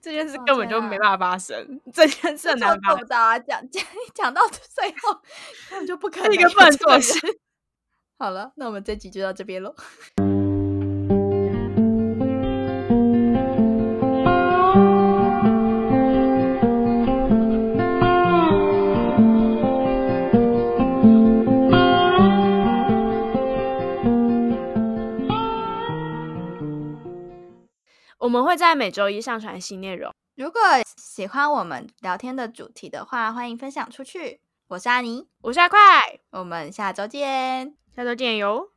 这件事哦根本天就没啊办法发生，这件事这很就难发做生不，到啊！讲 讲讲到最后，根本就不可是能一个有不能这做个的事。好了，那我们这集就到这边喽。我们会在每周一上传新内容。如果喜欢我们聊天的主题的话，欢迎分享出去。我是阿妮，我是阿快，我们下周见。下周见哟。